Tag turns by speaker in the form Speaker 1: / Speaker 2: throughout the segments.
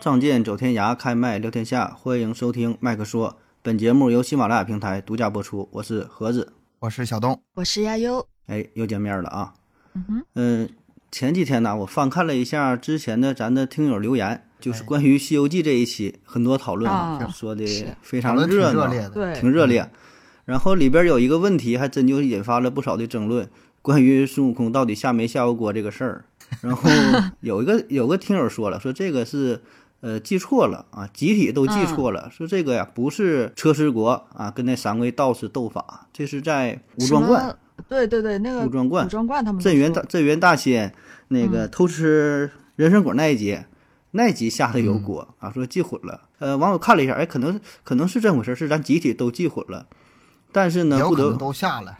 Speaker 1: 仗剑走天涯，开麦聊天下，欢迎收听麦克说。本节目由喜马拉雅平台独家播出，我是盒子，
Speaker 2: 我是小东，
Speaker 3: 我是亚优。
Speaker 1: 哎，又见面了啊！
Speaker 3: 嗯哼，
Speaker 1: 嗯，前几天呢，我翻看了一下之前的咱的听友留言，就是关于《西游记》这一期，很多讨论啊，
Speaker 3: 啊
Speaker 1: 说的
Speaker 3: 是
Speaker 1: 非
Speaker 2: 哦讨
Speaker 1: 常
Speaker 2: 论挺
Speaker 1: 热
Speaker 2: 热
Speaker 1: 闹，
Speaker 2: 烈的。
Speaker 3: 对，
Speaker 1: 挺热烈。然后里边有一个问题，还真就引发了不少的争论， 关于孙悟空到底下没下过锅这个事儿。然后有一个有个听友说了，说这个是呃记错了啊，集体都记错了，说这个呀不是车迟国啊跟那三位道士斗法，这是在武
Speaker 3: 什
Speaker 1: 装观
Speaker 3: 么。对对对，那个
Speaker 1: 武装观
Speaker 3: 武装观他们
Speaker 1: 镇元
Speaker 3: 都
Speaker 1: 大
Speaker 3: 说
Speaker 1: 镇元大仙那个
Speaker 3: 嗯
Speaker 1: 偷吃人参果那一节，那一集下的有
Speaker 2: 嗯
Speaker 1: 锅、啊，说记混了。呃，网友看了一下，哎，可能可能是这回事，是咱集体都记混了。但是
Speaker 2: 也
Speaker 1: 呢，
Speaker 2: 有
Speaker 1: 不
Speaker 2: 可能
Speaker 1: 得
Speaker 2: 都下了，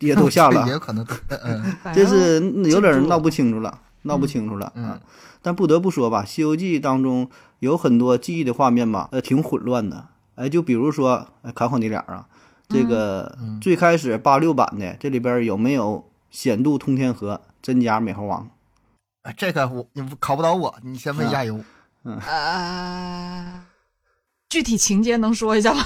Speaker 1: 也都下
Speaker 2: 也
Speaker 1: 了，
Speaker 2: 有可能都，嗯，
Speaker 3: 反
Speaker 1: 这
Speaker 3: 正
Speaker 1: 是有
Speaker 3: 哎记
Speaker 1: 点
Speaker 3: 住
Speaker 1: 闹
Speaker 3: 了
Speaker 1: 不清楚了，闹不清楚了、
Speaker 2: 嗯
Speaker 1: 啊。但不得不说吧，《西游记》当中有很多记忆的画面吧，呃，挺混乱的。哎，就比如说，哎，考考你俩啊，这个
Speaker 2: 嗯
Speaker 1: 最开始八六版的这里边有没有显渡通天河、真假美猴王？
Speaker 2: 哎这个我你考不倒我，你先问
Speaker 1: 啊
Speaker 2: 亚游。
Speaker 3: 呃，具体情节能说一下吗？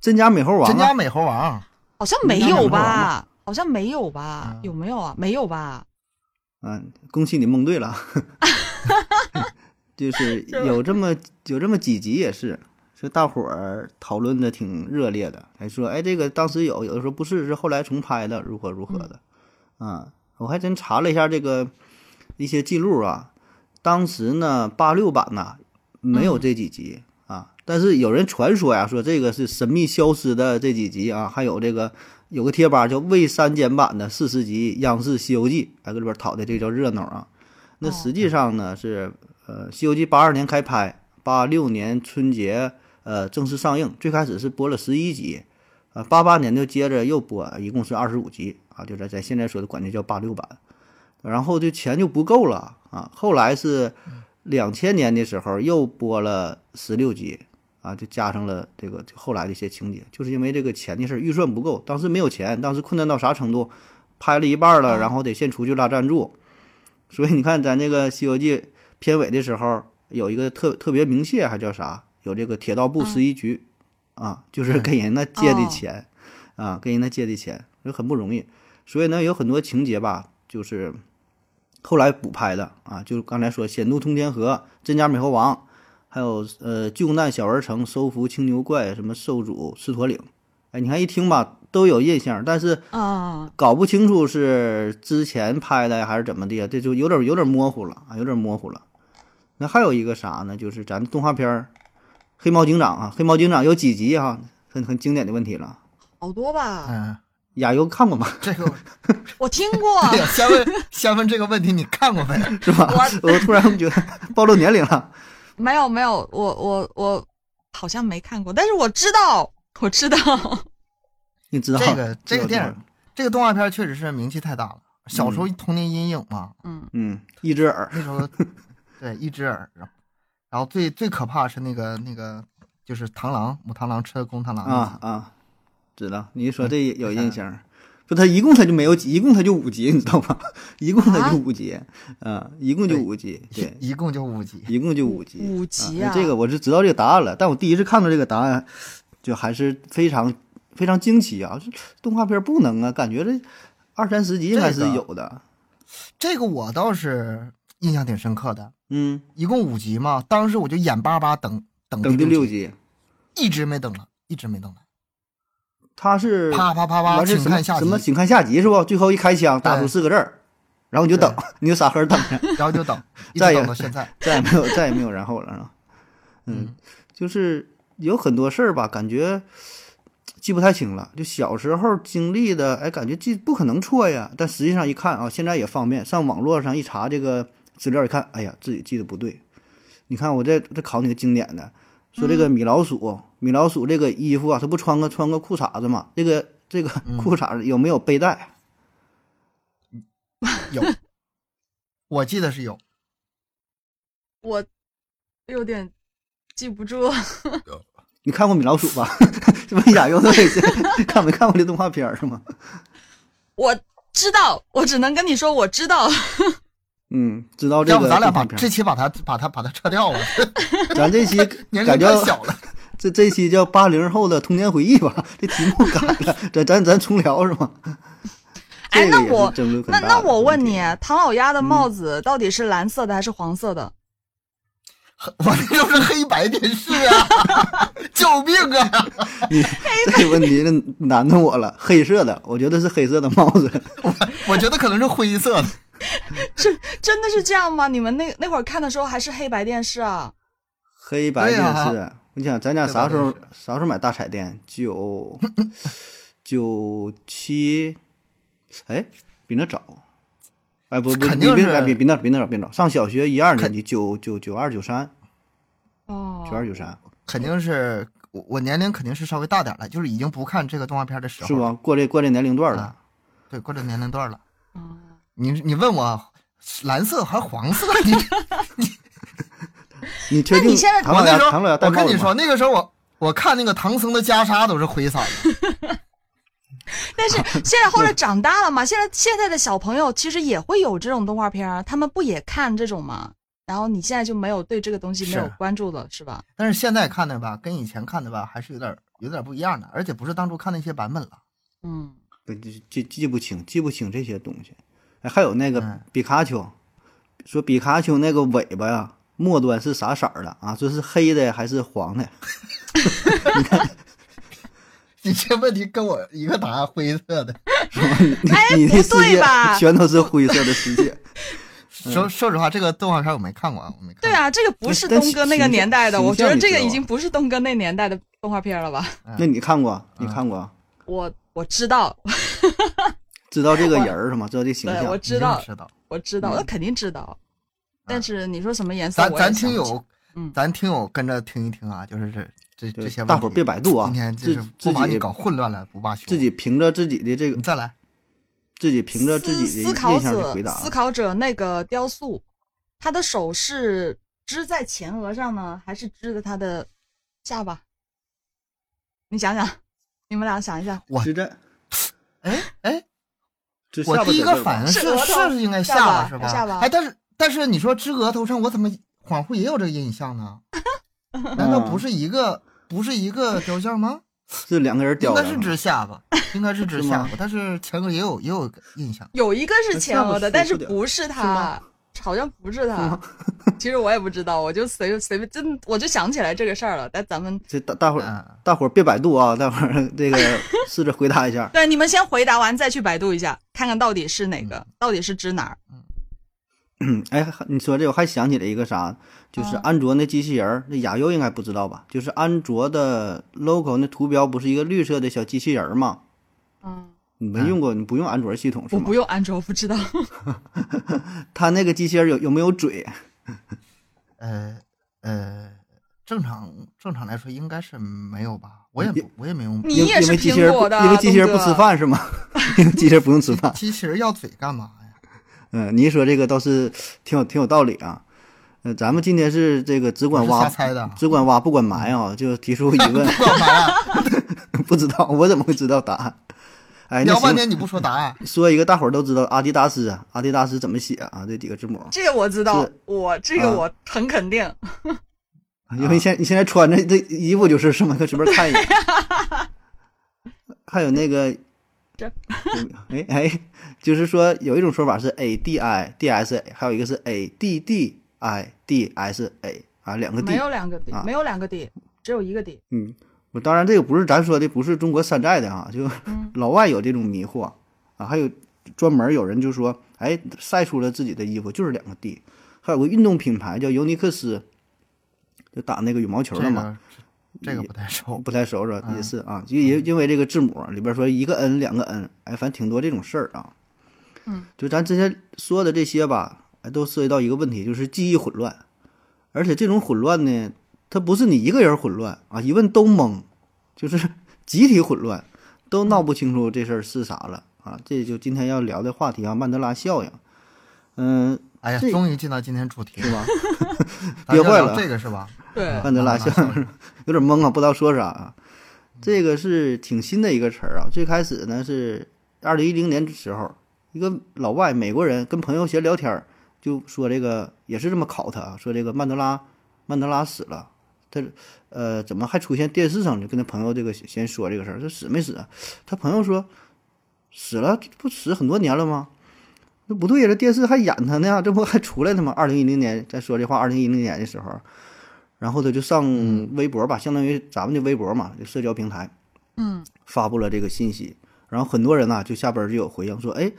Speaker 1: 真假美猴王、啊，
Speaker 2: 真假美猴王，
Speaker 3: 好像没
Speaker 1: 嗯
Speaker 3: 有吧？好像没有吧？有没有啊？没有吧？
Speaker 1: 嗯，恭喜你蒙对了，就是有这么有这么几集也是，是大伙儿讨论的挺热烈的，还说哎这个当时有，有的说不是，是后来重拍的，如何如何的，啊、我还真查了一下这个一些记录啊，当时呢八六版呐没有这几集。啊，但是有人传说呀，说这个是神秘消失的这几集啊，还有这个有个贴吧叫“未删减版”的四十集央视《西游记》，哎，搁里边讨的这叫热闹啊。那
Speaker 3: 哦
Speaker 1: 实际上呢是，呃，《西游记》八二年开拍，八六年春节呃正式上映，最开始是播了十一集，呃，八八年就接着又播，一共是二十五集啊，就在咱现在说的管就叫八六版。然后这钱就不够了啊，后来是两千年的时候又播了十六集啊，就加上了这个后来的一些情节，就是因为这个钱的事儿，预算不够，当时没有钱，当时困难到啥程度，拍了一半了，然后得先出去拉赞助，所以你看咱这个《西游记》片尾的时候有一个特特别明谢，还叫啥？有这个铁道部十一局、啊，就是给人家借的
Speaker 3: 哦
Speaker 1: 钱、啊，给人家借的钱，就很不容易。所以呢，有很多情节吧，就是后来补拍的啊，就是刚才说《险渡通天河》《真假美猴王》，还有呃《救难小儿城》《收服青牛怪》什么《受阻狮驼岭》，哎，你看一听吧，都有印象，但是
Speaker 3: 啊，
Speaker 1: 搞不清楚是之前拍的呀还是怎么的呀，这就有点有点模糊了啊，有点模糊了。那还有一个啥呢？就是咱动画片儿《黑猫警长》啊，《黑猫警长》有几集啊？很很经典的问题了。
Speaker 3: 好多吧？
Speaker 2: 嗯，
Speaker 1: 亚优看过吗？
Speaker 2: 这 个哎
Speaker 3: 我听过
Speaker 2: 对呀，先问先问这个问题，你看 过没？
Speaker 1: 是吧？我突然觉得暴露年龄了。
Speaker 3: 没有没有，我我我好像没看过，但是我知道，我知道。
Speaker 1: 你知道
Speaker 2: 这个这个电
Speaker 1: 有
Speaker 2: 影，这个动画片确实是名气太大了，小时候童年阴影嘛，
Speaker 3: 嗯，
Speaker 1: 嗯，一只耳，
Speaker 2: 那 时候对一只耳，然后然后最最可怕是那个那个就是螳螂母螳螂吃了公螳螂那集
Speaker 1: 啊啊，知道。你一说这
Speaker 2: 嗯
Speaker 1: 有印象，不，他一共他就没有集，一共他就五集，你知道吧？ 一共他就五集，啊，一共就五 集，对，
Speaker 2: 一一共就五集，
Speaker 1: 一共就五集。
Speaker 3: 五集
Speaker 1: 啊那这个我是知道这个答案了，但我第一次看到这个答案，就还是非常非常惊奇啊！这动画片不能啊，感觉这二三十集应该是
Speaker 2: 这个
Speaker 1: 有的。
Speaker 2: 这个我倒是印象挺深刻的，
Speaker 1: 嗯，
Speaker 2: 一共五集嘛，当时我就眼巴巴等等
Speaker 1: 等
Speaker 2: 第
Speaker 1: 第
Speaker 2: 六
Speaker 1: 六，集，
Speaker 2: 一直没等来，一直没 等来，
Speaker 1: 他是
Speaker 2: 啪啪啪啪，
Speaker 1: 完是
Speaker 2: 请
Speaker 1: 什么
Speaker 2: 看下
Speaker 1: 什
Speaker 2: 集，
Speaker 1: 么，请看下集是不？最后一开枪打出四个字儿，然后你就等， 你就傻呵等着，
Speaker 2: 然后就等，一
Speaker 1: 再
Speaker 2: 直
Speaker 1: 也
Speaker 2: 等到现在，
Speaker 1: 再也没有再也没有然后了 啊。嗯
Speaker 2: 嗯，
Speaker 1: 就是有很多事儿吧，感觉记不太清了。就小时候经历的，哎，感觉记不可能错呀。但实际上一看啊，现在也方便，上网络上一查这个资料，一看，哎呀，自己记得不对。你看我这这考你个经典的，说这
Speaker 2: 嗯
Speaker 1: 个米老鼠，米老鼠这个衣服啊，他不穿个穿个裤衩子嘛？这个这个
Speaker 2: 嗯
Speaker 1: 裤衩子有没有背带？
Speaker 2: 有，我记得是有，
Speaker 3: 我有点记不住。
Speaker 1: 你看过米老鼠 吧？是吧？亚优都得看没看过这动画片儿是吗？
Speaker 3: 我知道，我只能跟你说我知道。
Speaker 1: 嗯，知道这个。
Speaker 2: 要不咱俩把这期把它把它把它撤掉吧，
Speaker 1: 咱这期
Speaker 2: 年
Speaker 1: 感
Speaker 2: 龄
Speaker 1: 觉
Speaker 2: 太小了。
Speaker 1: 这这期叫八零后的童年回忆吧，这题目改了， 咱咱咱重聊是吗？
Speaker 3: 哎
Speaker 1: 这个
Speaker 3: 那
Speaker 1: 也是
Speaker 3: 我
Speaker 1: 争论很
Speaker 3: 那
Speaker 1: 大
Speaker 3: 那
Speaker 1: 的
Speaker 3: 我问
Speaker 1: 题嗯
Speaker 3: 你，
Speaker 2: 啊
Speaker 3: 唐老鸭的帽子到底是蓝色的还是黄色的？
Speaker 2: 我这就是黑白电视啊， 救命啊！
Speaker 1: 你这个问题是难到我了。黑色的，我觉得是黑色的帽子。
Speaker 2: 我觉得可能是灰色的，
Speaker 3: 真的是这样吗？你们那那会儿看的时候还是黑白电视啊？
Speaker 1: 黑白电
Speaker 2: 对
Speaker 1: 视，你想咱俩啥时候
Speaker 2: 黑白电
Speaker 1: 啥时候买大彩电？九九七，哎，比那早。哎，不不，
Speaker 2: 肯
Speaker 1: 比
Speaker 2: 定
Speaker 1: 比
Speaker 2: 是
Speaker 1: 哎比比那比那早比那早。上小学一二年级，九九九二九三，
Speaker 3: 哦
Speaker 1: 九二九三
Speaker 2: 肯定是我我年龄肯定是稍微大点了，就是已经不看这个动画片的时候
Speaker 1: 是吧？过这过这年龄段了
Speaker 2: 啊，对，过了年龄段了。
Speaker 3: 哦
Speaker 2: 你你问我蓝色还是黄色？ 你
Speaker 1: 你确
Speaker 3: 那
Speaker 1: 定
Speaker 3: 你现在
Speaker 1: 唐
Speaker 2: 我
Speaker 1: 老
Speaker 2: 那
Speaker 1: 鸭
Speaker 2: 时候
Speaker 1: 唐老鸭戴
Speaker 2: 我
Speaker 1: 帽
Speaker 2: 跟你
Speaker 1: 子
Speaker 2: 说，
Speaker 1: 吗？
Speaker 2: 那个时候我我看那个唐僧的袈裟都是灰色的，
Speaker 3: 但是现在后来长大了嘛，现在现在的小朋友其实也会有这种动画片儿，啊他们不也看这种吗？然后你现在就没有对这个东西没有
Speaker 1: 啊
Speaker 2: 是
Speaker 3: 关注了，是吧？
Speaker 2: 但是现在看的吧，跟以前看的吧，还是有点有点不一样的，而且不是当初看那些版本了。
Speaker 3: 嗯，
Speaker 1: 不记记记不清，记不清这些东西。哎，还有那个
Speaker 2: 嗯
Speaker 1: 比卡丘，说比卡丘那个尾巴呀，末端是啥色儿的啊？这是黑的还是黄的？
Speaker 2: 你这问题跟我一个答案，灰色的。哎
Speaker 1: 你的
Speaker 3: 不
Speaker 1: 世
Speaker 3: 对
Speaker 1: 界
Speaker 3: 吧
Speaker 1: 全都是灰色的世界。嗯
Speaker 2: 说说实话，这个动画片我没看过，啊，我没看过。
Speaker 3: 对啊，这个不是
Speaker 1: 但
Speaker 3: 东哥
Speaker 1: 形
Speaker 3: 那个年代的，
Speaker 1: 形
Speaker 3: 我觉得
Speaker 1: 象
Speaker 3: 这个
Speaker 1: 你知道
Speaker 3: 已经不是东哥那年代的动画片了吧？
Speaker 2: 嗯
Speaker 1: 那你看过？你看过？
Speaker 3: 我我知道，
Speaker 1: 知道这个人儿是吗？知道这形
Speaker 3: 对，
Speaker 1: 象？
Speaker 2: 你
Speaker 3: 我知
Speaker 2: 就
Speaker 3: 道，
Speaker 2: 知道。
Speaker 3: 我知道，
Speaker 1: 嗯
Speaker 3: 我肯定知道。但是你说什么颜色
Speaker 2: 咱
Speaker 3: 我也
Speaker 2: 咱
Speaker 3: 想不起，
Speaker 2: 听友，
Speaker 3: 嗯
Speaker 2: 咱听友跟着听一听啊，就是这这
Speaker 1: 对
Speaker 2: 这些问题。
Speaker 1: 大伙儿别百度啊
Speaker 2: 今天就
Speaker 1: 自
Speaker 2: 是
Speaker 1: 自
Speaker 2: 不把
Speaker 1: 己
Speaker 2: 你搞混乱了，不罢休。
Speaker 1: 自己凭着自己的这个
Speaker 2: 你，再来，
Speaker 1: 自己凭着自己
Speaker 3: 思
Speaker 1: 的
Speaker 3: 思考
Speaker 1: 印象去
Speaker 3: 者
Speaker 1: 回答啊。
Speaker 3: 思考者那个雕塑，他的手是支在前额上呢，还是支在他的下巴？你想想，你们俩想一下，
Speaker 2: 我
Speaker 1: 是这，
Speaker 2: 哎哎，
Speaker 1: 这
Speaker 2: 我
Speaker 1: 下巴
Speaker 2: 第一
Speaker 1: 在这儿
Speaker 2: 个
Speaker 1: 吧
Speaker 2: 反应
Speaker 3: 是额头
Speaker 2: 是应该
Speaker 3: 下
Speaker 2: 巴
Speaker 3: 巴
Speaker 2: 是吧？
Speaker 3: 下巴
Speaker 2: 哎，但是但是你说支额头上，我怎么恍惚也有这个印象呢？难道不是一个不是一个雕像吗？
Speaker 1: 是两个人
Speaker 2: 应
Speaker 1: 雕
Speaker 2: 该
Speaker 1: 的
Speaker 2: 是
Speaker 1: 吗
Speaker 2: 指下巴，应该是指
Speaker 1: 是
Speaker 2: 下
Speaker 1: 吗
Speaker 2: 巴，但是前额也有也有个印象。
Speaker 3: 有一个是前额的，
Speaker 1: 那
Speaker 3: 但
Speaker 1: 下
Speaker 3: 是
Speaker 1: 巴是
Speaker 3: 不是
Speaker 1: 是嗯
Speaker 3: 他
Speaker 1: 吗，
Speaker 3: 好像不是他。 其实我也不知道，我就随随便真我就想起来这个事儿了。但咱们
Speaker 1: 这大大伙儿
Speaker 2: 嗯
Speaker 1: 大伙儿别百度啊，大伙儿这个 试着回答嗯一下。
Speaker 3: 对你们先回答完再去百度一下，看看到底是哪个，到底是指哪儿。
Speaker 1: 嗯，哎，还你说这我还想起来一个啥，就是
Speaker 3: 啊
Speaker 1: 安卓那机器人儿，那亚优应该不知道吧？就是安卓的 logo 那图标不是一个绿色的小机器人儿吗？
Speaker 3: 嗯，
Speaker 1: 你没用过，你不用安卓系统是
Speaker 3: 我
Speaker 1: 吗
Speaker 3: 不？用安卓，不知道。
Speaker 1: 它那个机器人儿有有没有嘴？
Speaker 2: 呃呃，正常正常来说应该是没有吧？我也不我也没用。
Speaker 3: 你
Speaker 1: 因
Speaker 3: 也
Speaker 1: 因
Speaker 3: 是
Speaker 1: 为机器
Speaker 3: 苹
Speaker 1: 人不
Speaker 3: 果的，
Speaker 1: 因为机器人不
Speaker 3: 东哥
Speaker 1: 吃饭是吗？ 因为机器人不用吃饭。
Speaker 2: 机器人要嘴干嘛呀？
Speaker 1: 嗯，你一说这个倒是挺有挺有道理啊。嗯，咱们今天是这个只管
Speaker 2: 我是
Speaker 1: 挖
Speaker 2: 瞎猜的啊，
Speaker 1: 只管挖不管埋啊，就提出疑问，
Speaker 2: 干嘛呀？
Speaker 1: 不知道我怎么会知道答案？哎，那
Speaker 2: 聊半
Speaker 1: 行，
Speaker 2: 天你不说答案，
Speaker 1: 说一个大伙儿都知道阿迪达斯啊，阿迪达斯怎么写啊？这几个字母，
Speaker 3: 这个我知道
Speaker 1: 是，
Speaker 3: 我这个
Speaker 1: 啊
Speaker 3: 我很肯定。
Speaker 2: 啊
Speaker 1: 因为你现你现在穿着这衣服就是是吗？可随便看一 眼。还有那个
Speaker 3: 这，
Speaker 1: 哎哎，就是说有一种说法是 A D I D S A，还有一个是 A D D I D S A 啊，两个 D
Speaker 3: 没。有两个 D，、
Speaker 1: 啊
Speaker 3: 没有两个 D，只有一个 D。
Speaker 1: 嗯，我当然这个不是咱说的，不是中国山寨的啊，就
Speaker 3: 嗯
Speaker 1: 老外有这种迷惑啊，还有专门有人就说，哎，晒出了自己的衣服就是两个 D，还有个运动品牌叫尤尼克斯，就打那个羽毛球
Speaker 2: 这
Speaker 1: 的嘛，
Speaker 2: 个这个不太熟。
Speaker 1: 不太熟是吧？
Speaker 2: 嗯
Speaker 1: 也是啊，就因因为这个字母里边说一个 N 两个 N，哎，反正挺多这种事儿啊。
Speaker 3: 嗯，
Speaker 1: 就咱之前说的这些吧，哎，都涉及到一个问题，就是记忆混乱，而且这种混乱呢，它不是你一个人混乱啊，一问都懵，就是 集体混乱，都闹不清楚这事儿是啥了啊。这就今天要聊的话题啊，曼德拉效应。嗯，
Speaker 2: 哎呀
Speaker 1: 这，
Speaker 2: 终于进到今天主题
Speaker 1: 是
Speaker 2: 了，
Speaker 1: 吧？
Speaker 2: 咱就
Speaker 1: 憋坏
Speaker 2: 聊
Speaker 1: 了
Speaker 2: 这个是吧？
Speaker 3: 对，
Speaker 1: 曼德拉效应 有点懵啊，不知道说啥、啊。这个是挺新的一个词儿啊，最开始呢是二零一零年的时候，一个老外美国人跟朋友闲聊天儿，就说这个也是这么考他啊，说这个曼德拉曼德拉死了，他呃怎么还出现电视上？就跟他朋友这个闲说这个事儿，他死没死啊？他朋友说死了，不死很多年了吗？那不对呀，这电视还演他呢，这不还出来了吗？二零一零年再说这话，二零一零年的时候，然后他就上微博吧，相当于咱们的微博嘛，就社交平台
Speaker 3: 嗯，
Speaker 1: 发布了这个信息，然后很多人呐、就下边儿就有回应说，哎，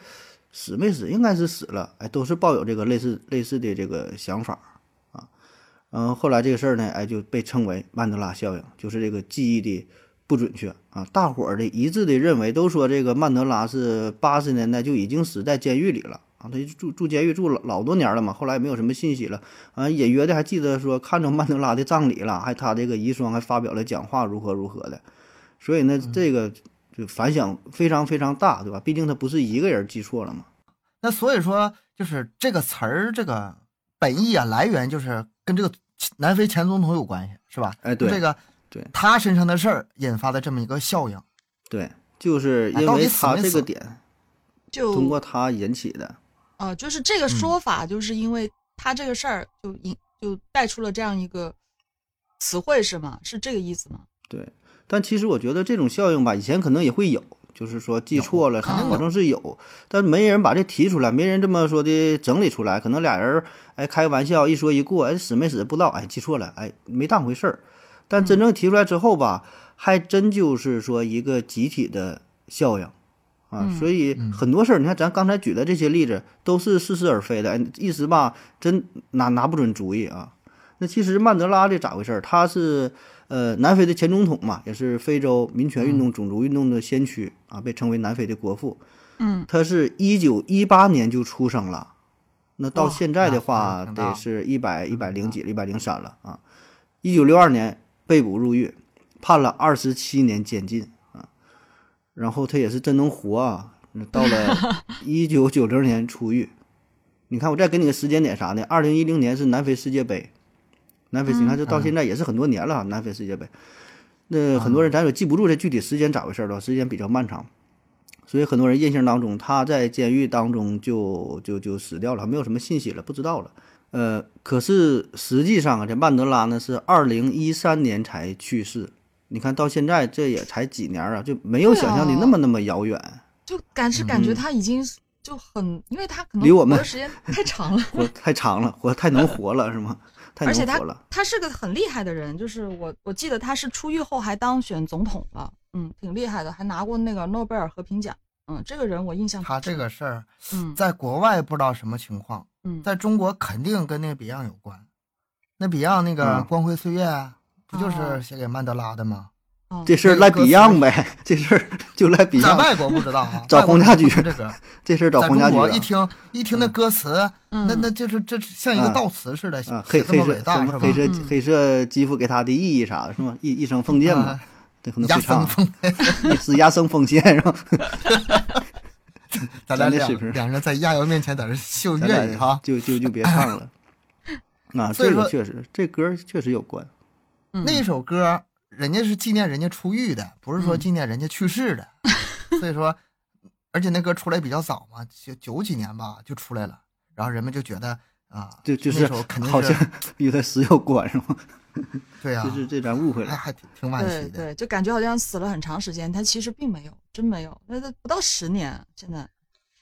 Speaker 1: 死没死？应该是死了，哎，都是抱有这个类似类似的这个想法啊。嗯，后来这个事儿呢，哎，就被称为曼德拉效应，就是这个记忆的不准确啊。大伙儿的一致的认为，都说这个曼德拉是八十年代就已经死在监狱里了啊，他就住住监狱住老老多年了嘛，后来也没有什么信息了啊，隐约的还记得说看着曼德拉的葬礼了，还他这个遗孀还发表了讲话，如何如何的。所以呢，
Speaker 2: 嗯
Speaker 1: 这个就反响非常非常大，对吧？毕竟他不是一个人记错了嘛。
Speaker 2: 那所以说，就是这个词儿这个本意啊，来源就是跟这个南非前总统有关系，是吧？
Speaker 1: 哎对
Speaker 2: 这个
Speaker 1: 对
Speaker 2: 他身上的事儿引发的这么一个效应。
Speaker 1: 对，就是
Speaker 2: 哎
Speaker 1: 因
Speaker 2: 到底
Speaker 1: 为
Speaker 2: 死
Speaker 1: 他
Speaker 2: 没
Speaker 1: 这个
Speaker 2: 死
Speaker 1: 点，
Speaker 3: 就
Speaker 1: 通过他引起的。
Speaker 3: 呃，就是这个说法，就是因为他这个事儿就引就带出了这样一个词汇，是吗？是这个意思吗？
Speaker 1: 对，但其实我觉得这种效应吧，以前可能也会有，就是说记错了，
Speaker 2: 肯定
Speaker 1: 保证是有，但没人把这提出来，没人这么说的整理出来，可能俩人哎开玩笑一说一过，哎死没死不知道，哎记错了，哎没当回事儿。但真正提出来之后吧，还真就是说一个集体的效应。啊，
Speaker 3: 嗯
Speaker 1: 所以很多事儿，你看咱刚才举的这些例子，都是似是而非的，哎一时吧，真拿拿不准主意啊。那其实曼德拉这咋回事儿？他是呃南非的前总统嘛，也是非洲民权运
Speaker 2: 嗯
Speaker 1: 动、种族运动的先驱啊，被称为南非的国父。
Speaker 3: 嗯，
Speaker 1: 他是一九一八年就出生了，那到
Speaker 3: 哇
Speaker 1: 现在的
Speaker 2: 那
Speaker 1: 话
Speaker 2: 挺大
Speaker 1: 得是一百一百零几了，一百零三了啊。一九六二年被捕入狱，判了二十七年监禁啊。然后他也是真能活啊，那到 了一九九零年出狱。你看，我再给你个时间点啥的，二零一零年是南非世界杯，南
Speaker 3: 嗯
Speaker 1: 非你看这到现在也是很多年了啊，南非世界杯。那很
Speaker 3: 嗯
Speaker 1: 多人咱也记不住这具体时间咋回事儿了，时间比较漫长，所以很多人印象当中他在监狱当中就就就死掉了，没有什么信息了，不知道了。呃，可是实际上啊，这曼德拉呢是二零一三年才去世，你看到现在这也才几年啊，就没有
Speaker 3: 对啊
Speaker 1: 想象的那么那么遥远，
Speaker 3: 就感是感觉
Speaker 1: 嗯
Speaker 3: 他已经就很，因为他可能
Speaker 1: 离我
Speaker 3: 活
Speaker 1: 们，
Speaker 3: 的时间太长了
Speaker 1: 活太长了，活太能活了是吗？ 太
Speaker 3: 而且
Speaker 1: 能
Speaker 3: 他
Speaker 1: 活了，
Speaker 3: 他是个很厉害的人，就是我我记得他是出狱后还当选总统了，嗯，挺厉害的，还拿过那个诺贝尔和平奖，嗯，这个人我印象
Speaker 2: 他
Speaker 3: 很
Speaker 2: 这
Speaker 3: 深，
Speaker 2: 个事儿
Speaker 3: 嗯
Speaker 2: 在国外不知道什么情况，
Speaker 3: 嗯，
Speaker 2: 在中国肯定跟那 Beyond 有关。那 Beyond 那个
Speaker 1: 嗯
Speaker 2: 《光辉岁月》啊不就是
Speaker 3: 哦
Speaker 2: 写给曼德拉的吗？
Speaker 3: 嗯
Speaker 1: 这事儿
Speaker 2: 这
Speaker 1: 赖
Speaker 2: 个歌词
Speaker 1: Beyond 呗， 这事儿就赖
Speaker 2: 在
Speaker 1: Beyond，
Speaker 2: 外国不知道 啊，
Speaker 1: 找
Speaker 2: 外国
Speaker 1: 黄家驹
Speaker 2: 不知道这个
Speaker 1: 这事儿找
Speaker 2: 在
Speaker 1: 黄
Speaker 2: 中
Speaker 1: 家驹啊
Speaker 2: 国
Speaker 1: 了
Speaker 2: 一听一听那歌词，
Speaker 3: 嗯
Speaker 2: 那那就是这是像一个
Speaker 1: 啊
Speaker 2: 悼词似的，
Speaker 1: 啊，
Speaker 2: 写
Speaker 1: 黑
Speaker 2: 这
Speaker 1: 黑
Speaker 2: 么
Speaker 1: 色
Speaker 2: 伟大
Speaker 1: 什
Speaker 2: 是
Speaker 1: 么
Speaker 2: 吧？
Speaker 1: 黑色
Speaker 3: 嗯
Speaker 1: 黑色肌肤给他的意义啥的是吗？一一生奉献嘛
Speaker 2: 啊，
Speaker 1: 这可能
Speaker 2: 压
Speaker 1: 会唱
Speaker 2: 风
Speaker 1: 啊
Speaker 2: 风，
Speaker 1: 是压生奉献是吧？咱
Speaker 2: 咱俩
Speaker 1: 这
Speaker 2: 两
Speaker 1: 水平
Speaker 2: 两人在亚瑶面前在这秀
Speaker 1: 咱
Speaker 2: 粤语
Speaker 1: 俩
Speaker 2: 哈。
Speaker 1: 就就就别唱 了。啊，
Speaker 2: 所以
Speaker 1: 这个
Speaker 2: 说
Speaker 1: 确实，这歌儿确实有关。
Speaker 3: 嗯
Speaker 2: 那首歌人家是纪念人家出狱的，不是说
Speaker 3: 嗯
Speaker 2: 纪念人家去世 的，所以说，而且那歌出来比较早嘛，就九几年吧就出来了，然后人们就觉得啊，
Speaker 1: 就就
Speaker 2: 那
Speaker 1: 是
Speaker 2: 首肯定
Speaker 1: 好
Speaker 2: 是
Speaker 1: 像 与他死有关是吗？
Speaker 2: 对啊，
Speaker 1: 就是这咱误会
Speaker 2: 还
Speaker 1: 了。
Speaker 2: 还挺挺惋
Speaker 3: 对
Speaker 2: 惜的。
Speaker 3: 对，就感觉好像死了很长时间，他其实并没有，真没有，那都不到十年，啊现在，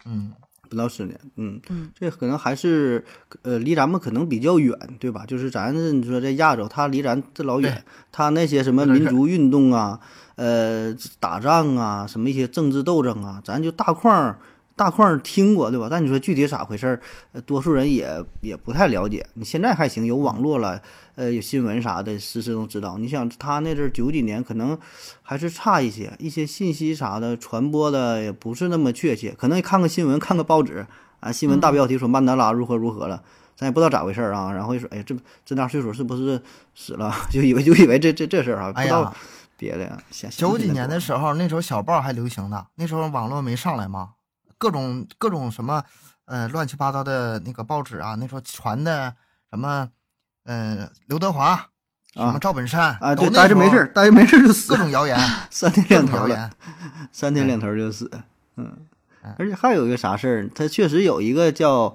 Speaker 2: 嗯，
Speaker 1: 不到十年，嗯，
Speaker 3: 嗯
Speaker 1: 这可能还是呃离咱们可能比较远，对吧？就是咱你说在亚洲，他离咱这老远
Speaker 2: 对，
Speaker 1: 他那些什么
Speaker 2: 有点
Speaker 1: 民
Speaker 2: 远
Speaker 1: 族运动啊，呃，打仗啊，什么一些政治斗争啊，咱就大框儿大框儿听过，对吧？但你说具体咋回事儿，呃多数人也也不太了解。你现在还行，有网络了，呃，有新闻啥的，时时都知道。你想他那阵儿九几年，可能还是差一些，一些信息啥的传播的也不是那么确切，可能看个新闻，看个报纸啊，新
Speaker 2: 嗯
Speaker 1: 闻大标题说曼德拉如何如何了。咱也不知道咋回事儿啊，然后一说，哎，这这大岁数是不是死了？ 就以为就以为这这这事儿啊，不
Speaker 2: 哎
Speaker 1: 知
Speaker 2: 呀
Speaker 1: 道，别的呀。想想
Speaker 2: 九
Speaker 1: 起
Speaker 2: 几
Speaker 1: 来
Speaker 2: 年
Speaker 1: 多
Speaker 2: 的时候，那时候小报还流行呢，那时候网络没上来嘛，各种各种什么，呃，乱七八糟的那个报纸啊，那时候传的什么，呃，刘德华，什么赵本山
Speaker 1: 啊，
Speaker 2: 都
Speaker 1: 对，
Speaker 2: 那
Speaker 1: 待
Speaker 2: 时
Speaker 1: 着
Speaker 2: 候
Speaker 1: 没事儿，待着没事儿就死
Speaker 2: 各，种谣言，
Speaker 1: 三天
Speaker 2: 各
Speaker 1: 两
Speaker 2: 种
Speaker 1: 头
Speaker 2: 谣
Speaker 3: 哎
Speaker 1: 了，
Speaker 2: 言，
Speaker 1: 三天两头就死。而且还有一个啥事儿，他确实有一个叫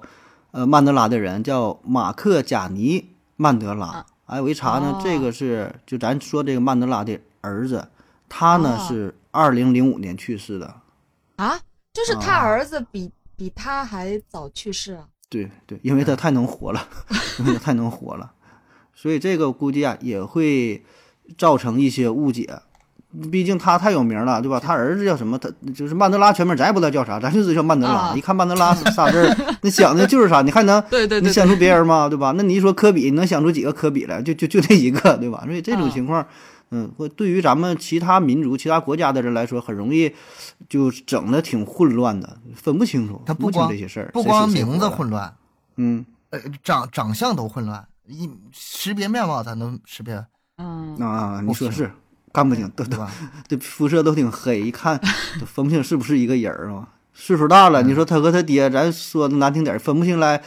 Speaker 1: 呃曼德拉的人，叫马克贾尼曼德拉
Speaker 3: 啊。
Speaker 1: 哎，我一查呢，
Speaker 3: 哦
Speaker 1: 这个是就咱说这个曼德拉的儿子，他呢、
Speaker 3: 哦
Speaker 1: 是二零零五年去世的。
Speaker 3: 啊，就是他
Speaker 1: 啊
Speaker 3: 儿子比、比他还早去世啊。
Speaker 1: 对对，因
Speaker 2: 嗯
Speaker 1: 为他太能活了，因为他太能活了，所以这个估计啊也会造成一些误解。毕竟他太有名了，对吧？他儿子叫什么？他就是曼德拉全名，咱也不知道叫啥，咱就知道叫曼德拉。
Speaker 3: 啊
Speaker 1: 一看曼德拉仨字儿，你想的就是啥？你 还能
Speaker 3: 对对
Speaker 1: 你想出别人吗？对吧？那你一说科比，你能想出几个科比来？就就就这一个，对吧？所以这
Speaker 2: 啊
Speaker 1: 种
Speaker 3: 嗯
Speaker 1: 情况，嗯，会对于咱们其他民族、其他国家的人来说，很容易就整的挺混乱的，分不清楚，
Speaker 2: 他
Speaker 1: 分不
Speaker 2: 不
Speaker 1: 清
Speaker 2: 光
Speaker 1: 这些事儿，
Speaker 2: 不
Speaker 1: 谁
Speaker 2: 光
Speaker 1: 死谁
Speaker 2: 名字
Speaker 1: 活的
Speaker 2: 混乱，
Speaker 1: 嗯
Speaker 2: 呃，长长相都混乱，一识别面貌咱都识别，
Speaker 3: 嗯，
Speaker 1: 啊，你
Speaker 2: 不
Speaker 1: 说
Speaker 2: 行
Speaker 1: 是干不清，都
Speaker 2: 对
Speaker 1: 都
Speaker 2: 吧？
Speaker 1: 这肤色都挺黑，一看都分不清是不是一个人儿啊。岁数大了，你说他和他爹，咱说的难听点儿，分不清来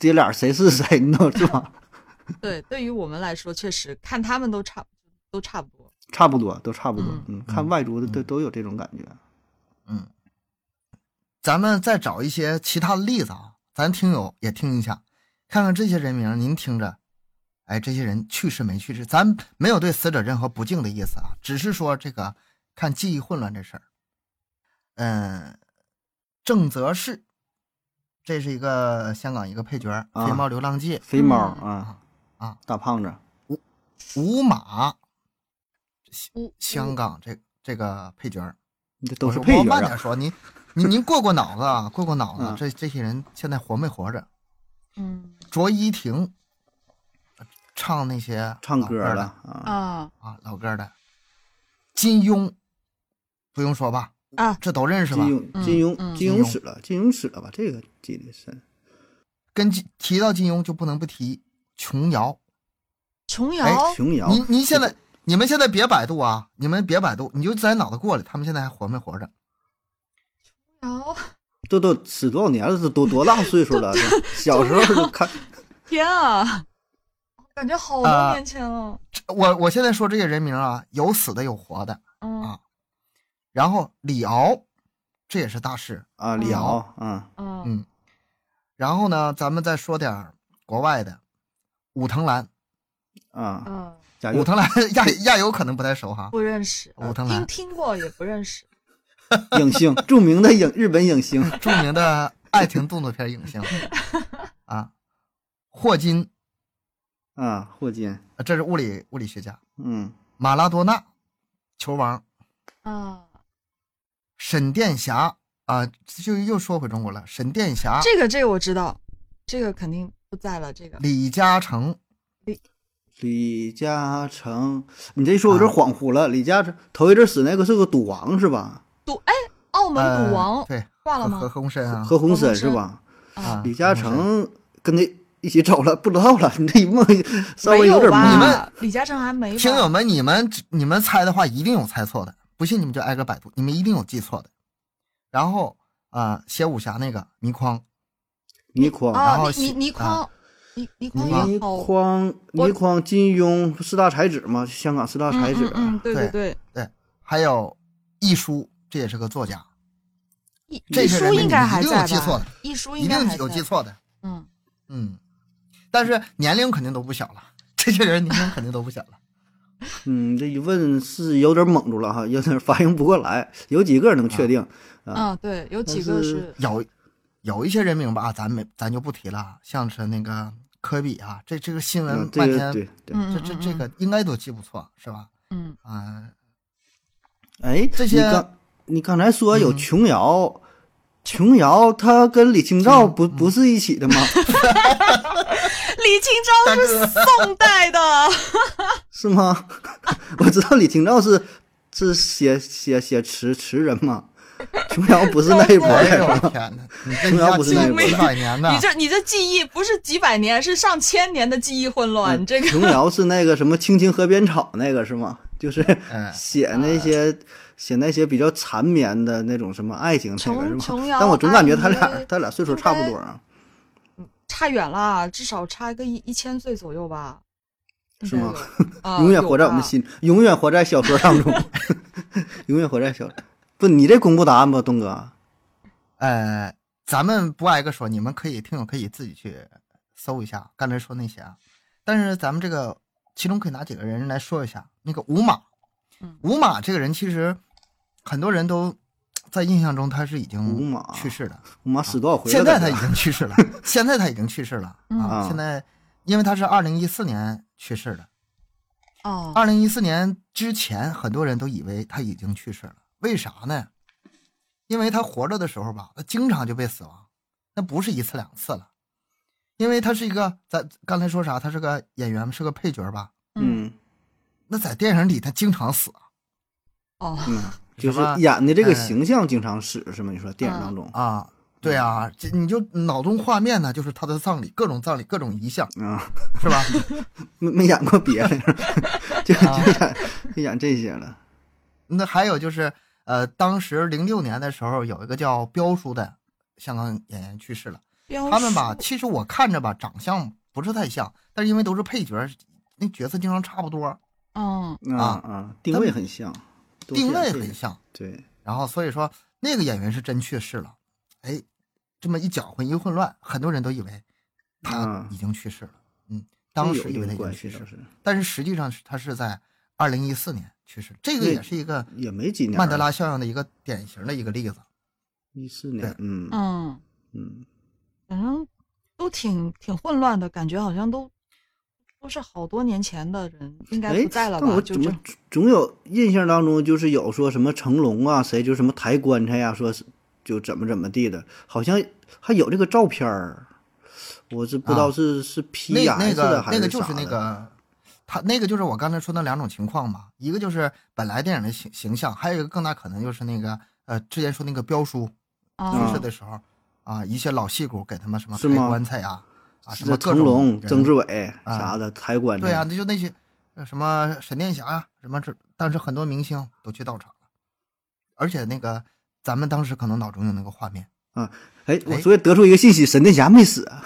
Speaker 1: 爹俩谁是谁，你都是吧？
Speaker 3: 对，对于我们来说，确实看他们都差都差不多。
Speaker 1: 差不多，都差不多。嗯，看
Speaker 2: 嗯
Speaker 1: 外族的都
Speaker 2: 嗯
Speaker 1: 都有这种感觉。
Speaker 2: 咱们再找一些其他的例子啊，咱听友也听一下，看看这些人名儿，您听着，哎，这些人去世没去世？咱没有对死者任何不敬的意思啊，只是说这个看记忆混乱这事儿。嗯，郑则仕，这是一个香港一个配角儿，
Speaker 1: 啊
Speaker 2: 《黑猫流浪记》
Speaker 1: 肥猫
Speaker 3: 嗯
Speaker 1: 啊
Speaker 2: 啊，
Speaker 1: 大胖子，
Speaker 2: 吴马，
Speaker 3: 我
Speaker 2: 香港这这个配角儿，
Speaker 1: 你这都是
Speaker 2: 我
Speaker 1: 配角
Speaker 2: 我慢
Speaker 1: 啊
Speaker 2: 点。说，您您您过过脑子啊，过过脑 子，
Speaker 1: 嗯
Speaker 2: 这这些人现在活没活着？
Speaker 3: 嗯
Speaker 2: 卓依婷唱那些
Speaker 1: 唱
Speaker 2: 老
Speaker 1: 歌的
Speaker 2: 儿的
Speaker 1: 啊，
Speaker 3: 啊
Speaker 2: 啊，老歌儿的。金庸不用说吧，
Speaker 3: 啊，
Speaker 2: 这都认识
Speaker 1: 金
Speaker 2: 吧？
Speaker 1: 庸，
Speaker 3: 嗯
Speaker 1: 金
Speaker 3: 嗯
Speaker 1: 庸，金庸死了，金庸死了吧？这个记得深。
Speaker 2: 跟金提到金庸就不能不提琼瑶。
Speaker 3: 琼瑶
Speaker 2: 哎
Speaker 1: 琼瑶，
Speaker 2: 您您现在你们现在别百度啊，你们别百度，你就在脑子过来，他们现在还活没活着？
Speaker 3: 瑶，
Speaker 1: 都都死多少年了？都都多大岁数了？这小时候就看，
Speaker 3: 天啊，感觉好多
Speaker 2: 啊
Speaker 3: 年前了。
Speaker 2: 这我我现在说这些人名啊，有死的有活的。
Speaker 3: 嗯
Speaker 2: 啊然后李敖，这也是大师。
Speaker 1: 啊，李敖啊，
Speaker 3: 嗯
Speaker 2: 嗯然后呢，咱们再说点儿国外的，武藤兰，
Speaker 1: 啊，
Speaker 3: 嗯，
Speaker 1: 贾
Speaker 2: 武
Speaker 1: 跃
Speaker 2: 藤兰 亚亚友可能不太熟哈。
Speaker 3: 不认识，
Speaker 2: 武藤
Speaker 3: 听
Speaker 2: 兰，
Speaker 3: 听过也不认识。
Speaker 1: 影星，著名的影日本影星
Speaker 2: 著名的爱情动作片影星啊，霍金，
Speaker 1: 啊，霍金，
Speaker 2: 呃这是物理物理学家，
Speaker 1: 嗯，
Speaker 2: 马拉多纳，球王，
Speaker 3: 啊，
Speaker 2: 沈殿霞啊，就又说回中国了，沈殿霞，
Speaker 3: 这个这个我知道，这个肯定不在了。这个
Speaker 2: 李嘉诚，
Speaker 1: 李嘉诚，你这一说我有
Speaker 3: 啊
Speaker 1: 点恍惚了。李嘉诚头一阵死那个是个赌王是吧？
Speaker 3: 赌哎，澳门赌王
Speaker 2: 呃、对，
Speaker 3: 挂了
Speaker 2: 何何
Speaker 3: 吗？
Speaker 2: 鸿燊啊，
Speaker 1: 何鸿燊
Speaker 3: 鸿
Speaker 1: 是
Speaker 3: 燊
Speaker 1: 吧？
Speaker 2: 啊，
Speaker 1: 李嘉
Speaker 2: 何鸿燊，
Speaker 1: 诚跟他一起走了，不知道了。你这一梦稍微点
Speaker 3: 没
Speaker 2: 你
Speaker 1: 懵。
Speaker 3: 吧
Speaker 2: 们？
Speaker 3: 李嘉诚还没
Speaker 2: 听友
Speaker 3: 吧？
Speaker 2: 们，你们你们猜的话一定有猜错的，不信你们就挨个百度，你们一定有记错的。然后啊、写武侠那个倪匡，
Speaker 1: 倪匡，
Speaker 2: 然
Speaker 3: 啊
Speaker 2: 后，
Speaker 3: 倪倪
Speaker 2: 写
Speaker 3: 倪匡，倪倪匡
Speaker 1: 倪
Speaker 3: 也好。
Speaker 1: 匡，
Speaker 3: 哦我
Speaker 1: 倪匡，金庸四大才子嘛，香港四大才
Speaker 3: 嗯
Speaker 1: 子
Speaker 3: 嗯。嗯，对对
Speaker 2: 对
Speaker 3: 对，
Speaker 2: 还有一书，这也是个作家，
Speaker 3: 一
Speaker 2: 这
Speaker 3: 一
Speaker 2: 些
Speaker 3: 书
Speaker 2: 人
Speaker 3: 应该还在
Speaker 2: 一定有记错
Speaker 3: 吧
Speaker 2: 的？
Speaker 3: 一书
Speaker 2: 一
Speaker 3: 应该
Speaker 2: 定
Speaker 3: 还
Speaker 2: 有记
Speaker 3: 在。
Speaker 2: 错的。
Speaker 3: 嗯，
Speaker 2: 嗯，但是年龄肯定都不小了，这些人年龄肯定都不小了。
Speaker 1: 嗯，这一问是有点懵住了哈，有点反应不过来。有几个能确定？啊
Speaker 3: 嗯，对， 有
Speaker 1: 但
Speaker 3: 几
Speaker 1: 是
Speaker 3: 个是
Speaker 2: 有有一些人名吧，啊咱没咱就不提了，像是那个科比啊，这这个新闻
Speaker 1: 嗯，
Speaker 2: 半
Speaker 1: 这
Speaker 2: 天，
Speaker 1: 个对对。
Speaker 3: 嗯
Speaker 2: 这
Speaker 3: 嗯
Speaker 2: 这
Speaker 3: 嗯
Speaker 2: 这个应该都记不错是吧？
Speaker 3: 嗯
Speaker 2: 啊、
Speaker 1: 哎，
Speaker 2: 这些
Speaker 1: 你刚你刚才说有
Speaker 2: 嗯
Speaker 1: 琼瑶，琼瑶她跟李清照不不是一起的吗？
Speaker 3: 李清照是宋代的，
Speaker 1: 是吗？ 我知道李清照是是写写写词词人嘛，琼瑶不是那一波嗯
Speaker 2: 哎
Speaker 1: 的。
Speaker 2: 呦我的天哪，你 这
Speaker 1: 琼瑶
Speaker 2: 要
Speaker 1: 不是
Speaker 2: 记
Speaker 1: 那一
Speaker 2: 几
Speaker 1: 波
Speaker 2: 百年呢
Speaker 3: 你？这你这记忆不是几百年，是上千年的记忆混乱。
Speaker 1: 嗯
Speaker 3: 这个
Speaker 1: 琼瑶是那个什么《青青河边草》那个是吗？就是
Speaker 2: 嗯
Speaker 1: 写那些、写那些比较缠绵的那种什么爱情那个是
Speaker 3: 琼
Speaker 1: 吗？
Speaker 3: 琼瑶，
Speaker 1: 但我总感觉他
Speaker 3: 阿
Speaker 1: 俩
Speaker 3: 姨
Speaker 1: 他俩岁数差不多啊，
Speaker 3: 差远了，至少差个一一千岁左右吧。
Speaker 1: 是吗
Speaker 3: 应该有？啊，
Speaker 1: 永远活在我
Speaker 3: 有
Speaker 1: 们
Speaker 3: 吧。
Speaker 1: 心，永远活在小 啊说当中，永远活在小。不，你这公布答案吧，东哥。
Speaker 2: 呃，咱们不挨个说，你们可以听友可以自己去搜一下刚才说那些啊。但是咱们这个其中可以拿几个人来说一下，那个五马
Speaker 3: 嗯，
Speaker 2: 五马这个人其实很多人都在印象中他是已
Speaker 1: 五
Speaker 2: 经
Speaker 1: 马
Speaker 2: 去世了，
Speaker 1: 我妈死多少回了？
Speaker 2: 现在
Speaker 1: 搁
Speaker 2: 他
Speaker 1: 这
Speaker 2: 已经 去世了，现在他已经去世了啊
Speaker 1: 嗯！
Speaker 2: 现在因为他是二零一四年去世的，
Speaker 3: 哦，
Speaker 2: 二零一四年之前，很多人都以为他已经去世了，为啥呢？因为他活着的时候吧，他经常就被死亡，那不是一次两次了。因为他是一个，咱刚才说啥，他是个演员，是个配角吧？
Speaker 1: 嗯
Speaker 2: 那在电影里他经常死
Speaker 3: 哦，
Speaker 1: 嗯，就是
Speaker 2: 什么
Speaker 1: 演的这个
Speaker 2: 呃
Speaker 1: 形象经常使是吗？你说电影
Speaker 3: 嗯
Speaker 1: 当中
Speaker 2: 啊，对啊，这你就脑中画面呢，就是他的葬礼，各种葬礼，各种遗像，
Speaker 1: 啊，
Speaker 2: 是吧？
Speaker 1: 没没演过别的， 就就
Speaker 2: 啊
Speaker 1: 演就演这些了。
Speaker 2: 那还有就是，呃，当时零六年的时候，有一个叫彪叔的香港演员去世了。
Speaker 3: 标
Speaker 2: 他们吧，
Speaker 3: 吧，
Speaker 2: 其实我看着吧，长相不是太像，但是因为都是配角，那角色经常差不多，
Speaker 3: 嗯
Speaker 1: 啊啊，定位很像，都是
Speaker 2: 定位
Speaker 1: 这
Speaker 2: 很
Speaker 1: 个
Speaker 2: 像。
Speaker 1: 对，
Speaker 2: 然后所以说那个演员是真去世了，哎，这么一搅混一混乱，很多人都以为他
Speaker 1: 啊
Speaker 2: 已经去世了，嗯，当时
Speaker 1: 真
Speaker 2: 以
Speaker 1: 有
Speaker 2: 为
Speaker 1: 一定
Speaker 2: 他已经
Speaker 1: 关
Speaker 2: 去
Speaker 1: 系
Speaker 2: 世
Speaker 1: 倒
Speaker 2: 了，
Speaker 1: 是
Speaker 2: 但是实际上是他是在二零一四年去世，这个
Speaker 1: 那
Speaker 2: 也是一个
Speaker 1: 也没几年，
Speaker 2: 曼德拉效应的一个典型的一个例子。
Speaker 1: 一四年，嗯
Speaker 2: 啊
Speaker 3: 嗯，
Speaker 1: 嗯，
Speaker 3: 反正都挺挺混乱的，感觉好像都都是好多年前的人，应该
Speaker 1: 哎
Speaker 3: 不，在了
Speaker 1: 但
Speaker 3: 吧？
Speaker 1: 我
Speaker 3: 就
Speaker 1: 怎
Speaker 3: 这
Speaker 1: 么总有印象当中就是有说什么成龙啊，谁就什么抬棺材呀、说是就怎么怎么地的，好像还有这个照片儿，我是不知道
Speaker 2: 啊
Speaker 1: 是、是
Speaker 2: 那
Speaker 1: P 呀
Speaker 2: 那个
Speaker 1: 还
Speaker 2: 那
Speaker 1: 是
Speaker 2: 个就是
Speaker 1: 啥
Speaker 2: 那
Speaker 1: 的
Speaker 2: 个，啊他那个就是我刚才说那两种情况嘛，一个就是本来电影的形形象，还有一个更大可能就是那个呃之前说那个彪叔去
Speaker 3: 啊
Speaker 2: 世的时候啊，一些老戏骨给他们什么
Speaker 1: 嗯是
Speaker 2: 抬
Speaker 1: 吗
Speaker 2: 棺材呀啊什
Speaker 1: 这
Speaker 2: 么各
Speaker 1: 成
Speaker 2: 种
Speaker 1: 龙、
Speaker 2: 人
Speaker 1: 曾志伟
Speaker 2: 啊
Speaker 1: 啥的抬棺材，
Speaker 2: 对啊，那就那些呃什么闪电侠呀啊什么这，但是很多明星都去到场了，而且那个咱们当时可能脑中有那个画面，
Speaker 1: 哎，我
Speaker 2: 哎
Speaker 1: 所以得出一个信息，闪电侠没死啊，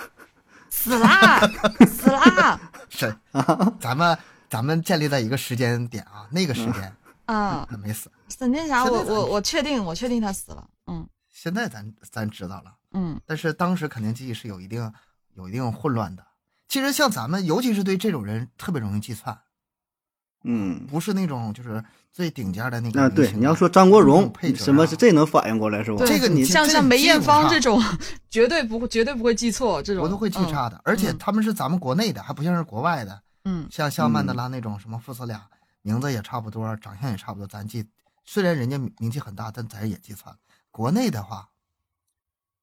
Speaker 3: 死啦死啦
Speaker 2: 是咱们咱们建立在一个时间点啊，那个时间
Speaker 3: 啊！
Speaker 2: 他没死。
Speaker 3: 闪电侠，
Speaker 2: 现在
Speaker 3: 我
Speaker 2: 咱
Speaker 3: 我我确定，我确定他死了。嗯
Speaker 2: 现在咱咱知道了，
Speaker 3: 嗯
Speaker 2: 但是当时肯定记忆是有一定有一定混乱的。其实像咱们，尤其是对这种人特别容易计算，
Speaker 1: 嗯。
Speaker 2: 不是那种就是最顶尖的那个
Speaker 1: 那
Speaker 2: 明星啊。
Speaker 1: 对，你要说张国荣
Speaker 2: 配角啊
Speaker 1: 什么是这能反应过来是吧？
Speaker 3: 对
Speaker 2: 这个你
Speaker 3: 像
Speaker 2: 这
Speaker 3: 像
Speaker 2: 个
Speaker 3: 梅
Speaker 2: 记
Speaker 3: 艳
Speaker 2: 不
Speaker 3: 芳
Speaker 2: 差
Speaker 3: 这种， 绝对不会绝对不会记错这种，
Speaker 2: 我都会记差
Speaker 1: 嗯
Speaker 2: 的，而且他们是咱们国内的，还不像是国外的，
Speaker 3: 嗯。嗯
Speaker 2: 像像曼德拉那种什么父子俩，名字也差不多，长相也差不多，咱记。虽然人家名气很大，但咱也记错了。国内的话，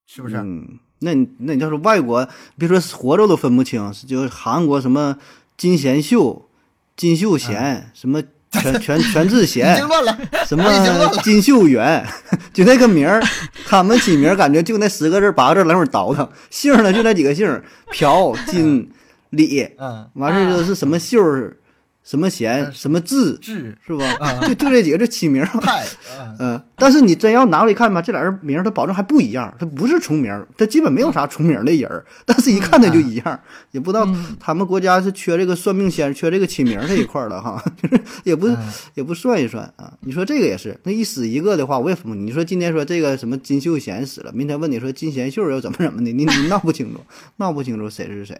Speaker 2: 是不是？
Speaker 1: 嗯，那你那你要是外国，别说活着都分不清，就是韩国什么金贤秀、金秀贤，什么全全全智
Speaker 2: 嗯 已
Speaker 1: 贤
Speaker 2: 经，乱了，
Speaker 1: 什么
Speaker 2: 我已经乱了
Speaker 1: 金秀元， 就那个名儿，他们起名儿感觉就那十个字儿八个字儿来回倒腾，姓儿呢就那几个姓儿， 朴、金、李，
Speaker 2: 嗯，
Speaker 1: 完事儿就是什么秀儿、什么贤、
Speaker 2: 嗯啊
Speaker 1: 什么智，
Speaker 2: 智
Speaker 1: 是吧？就就这几个这起名儿。
Speaker 2: 泰，嗯，
Speaker 1: 嗯，但是你真要拿过来一看吧，这俩人名儿他保证还不一样，他不是重名儿，他基本没有啥重名儿的人儿，但是一看他就一
Speaker 2: 嗯
Speaker 1: 样，也不知道他们国家是缺这个算命先生，缺这个起名儿这一块儿了哈， 就是也不、
Speaker 2: 嗯
Speaker 1: 也不算一算啊。你说这个也是，那一死一个的话，我也分不清。你说今天说这个什么金秀贤死了，明天问你说金贤秀又怎么怎么的，你你闹不清楚，闹不清楚谁是谁。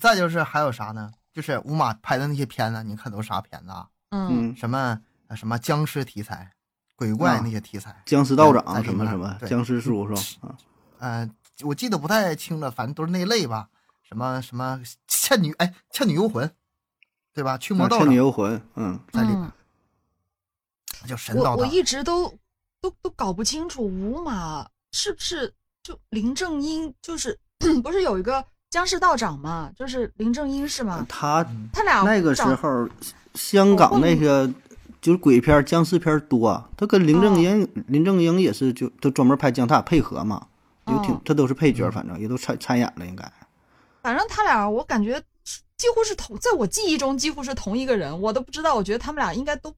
Speaker 2: 再就是还有啥呢？就是五马拍的那些片子，你看都是啥片子啊？
Speaker 3: 嗯
Speaker 1: 嗯，
Speaker 2: 什么呃什么僵尸题材、鬼怪
Speaker 1: 啊
Speaker 2: 那些题材。
Speaker 1: 僵尸道
Speaker 2: 嗯在
Speaker 1: 长
Speaker 2: 这
Speaker 1: 什么
Speaker 2: 边
Speaker 1: 什么
Speaker 2: 对
Speaker 1: 僵尸叔是吧？啊，
Speaker 2: 呃，我记得不太清了，反正都是那类吧。什么什么倩女哎，倩女幽魂，对吧？驱魔
Speaker 1: 那
Speaker 2: 道
Speaker 1: 啊倩女
Speaker 2: 长
Speaker 1: 幽魂，嗯，
Speaker 2: 在里
Speaker 3: 嗯
Speaker 2: 边，叫神
Speaker 3: 我
Speaker 2: 道
Speaker 3: 我
Speaker 2: 长。
Speaker 3: 一直都都都搞不清楚五马是不是就林正英，就是 不是有一个僵尸道长嘛，就是林正英是吗？
Speaker 1: 他
Speaker 2: 嗯
Speaker 3: 他俩
Speaker 1: 那个时
Speaker 3: 长
Speaker 1: 候，香港那个就是鬼片儿、僵尸片儿多，他跟林正英、林正英也是就都专门拍僵，他俩配合嘛，有挺、
Speaker 3: 哦
Speaker 1: 他都是配角，反正也都参参演了，应该。
Speaker 3: 反正他俩我感觉是几乎是同，在我记忆中几乎是同一个人，我都不知道，我觉得他们俩应该都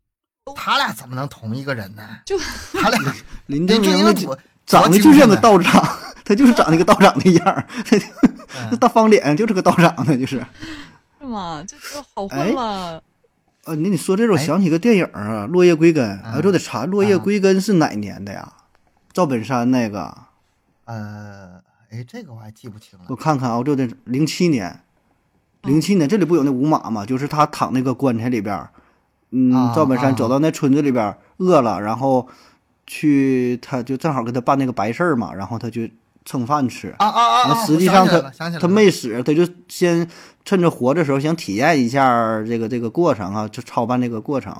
Speaker 2: 他俩怎么能同一个人呢？
Speaker 3: 就
Speaker 2: 他 俩
Speaker 1: 林
Speaker 2: 林
Speaker 1: 正
Speaker 2: 正
Speaker 1: 英
Speaker 2: 英
Speaker 1: 的
Speaker 2: 多
Speaker 1: 长得就像个，道长， 他就是长那个道长的样儿，
Speaker 2: 多精神
Speaker 1: 那
Speaker 2: 呢
Speaker 1: 大方脸就是个道长的，就是。
Speaker 3: 是吗？就就好
Speaker 1: 哎
Speaker 3: 混了。
Speaker 1: 呃，你你说这种
Speaker 2: 哎
Speaker 1: 想起个电影儿啊，《落叶归根》，哎，
Speaker 2: 嗯
Speaker 1: 就得查《落叶
Speaker 2: 啊
Speaker 1: 归根》是哪年的呀？赵本山那个，
Speaker 2: 呃，哎，这个我还记不清了
Speaker 1: 我。看看啊，就这零七年，零七年这里不有那五马吗？就是他躺那个棺材里边儿，嗯，
Speaker 2: 啊
Speaker 1: 赵本山
Speaker 2: 啊
Speaker 1: 走到那村子里边儿，饿了，然后去他就正好给他办那个白事儿嘛，然后他就蹭饭吃。
Speaker 2: 啊啊啊
Speaker 1: 然
Speaker 2: 啊！
Speaker 1: 后实际上
Speaker 2: 我想起来
Speaker 1: 他
Speaker 2: 了想起来
Speaker 1: 他
Speaker 2: 了
Speaker 1: 没死，他就先趁着活着时候想体验一下儿这个这个过程啊，就操办这个过程。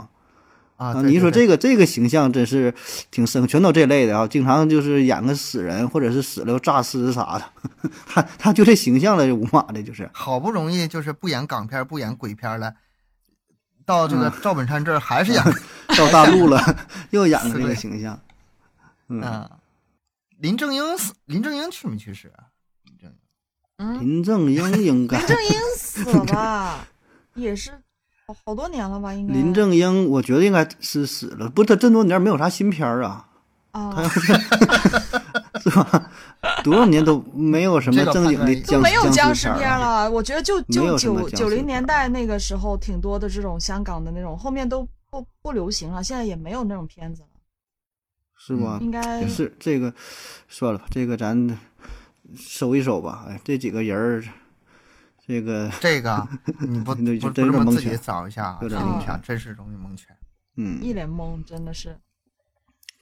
Speaker 2: 啊，
Speaker 1: 啊，你一说
Speaker 2: 这
Speaker 1: 这个这个形象真是挺深，全都这类的啊，经常就是演个死人，或者是死了又诈尸啥的， 他他就这形象了，这五马的就是，
Speaker 2: 好不容易就是不演港片儿不演鬼片儿了，到这
Speaker 1: 嗯
Speaker 2: 个赵本山这儿还是演
Speaker 1: 到大陆了 又演了这
Speaker 2: 对
Speaker 1: 个形象，嗯，
Speaker 2: 啊。林正英死，林正英去没去世啊？
Speaker 3: 嗯，
Speaker 1: 林正英应该
Speaker 3: 林正英啊死了吧？也是好好多年了吧？应该
Speaker 1: 林正英，我觉得应该是死了，不，他这么多年没有啥新片儿啊，
Speaker 3: 啊，
Speaker 1: 是吧？ 多少年都没有什么
Speaker 2: 这个
Speaker 1: 正经
Speaker 2: 判
Speaker 1: 的
Speaker 2: 断
Speaker 3: 都
Speaker 1: 僵
Speaker 3: 没有僵尸
Speaker 1: 尸
Speaker 3: 片
Speaker 1: 片儿啊，
Speaker 3: 了。我觉得就
Speaker 1: 没
Speaker 3: 就
Speaker 1: 有什么
Speaker 3: 九
Speaker 1: 僵尸
Speaker 3: 九零
Speaker 1: 片
Speaker 3: 年
Speaker 1: 儿
Speaker 3: 代那个时候挺多的这种香港的那种，后面都不不流行了，现在也没有那种片子了。
Speaker 1: 是吧？
Speaker 3: 应该
Speaker 1: 嗯也是这个，算了吧，这个咱收一收吧。哎，这几个人儿，这个
Speaker 2: 这个你 不不
Speaker 1: 对
Speaker 2: 不
Speaker 1: 就真有
Speaker 2: 这
Speaker 1: 点
Speaker 2: 么
Speaker 1: 蒙
Speaker 2: 自己
Speaker 1: 圈
Speaker 2: 找一下啊，
Speaker 1: 有点
Speaker 2: 真
Speaker 3: 蒙
Speaker 2: 是
Speaker 3: 圈
Speaker 2: 真是容易蒙圈。
Speaker 3: 一
Speaker 1: 嗯，
Speaker 3: 脸懵，真的是。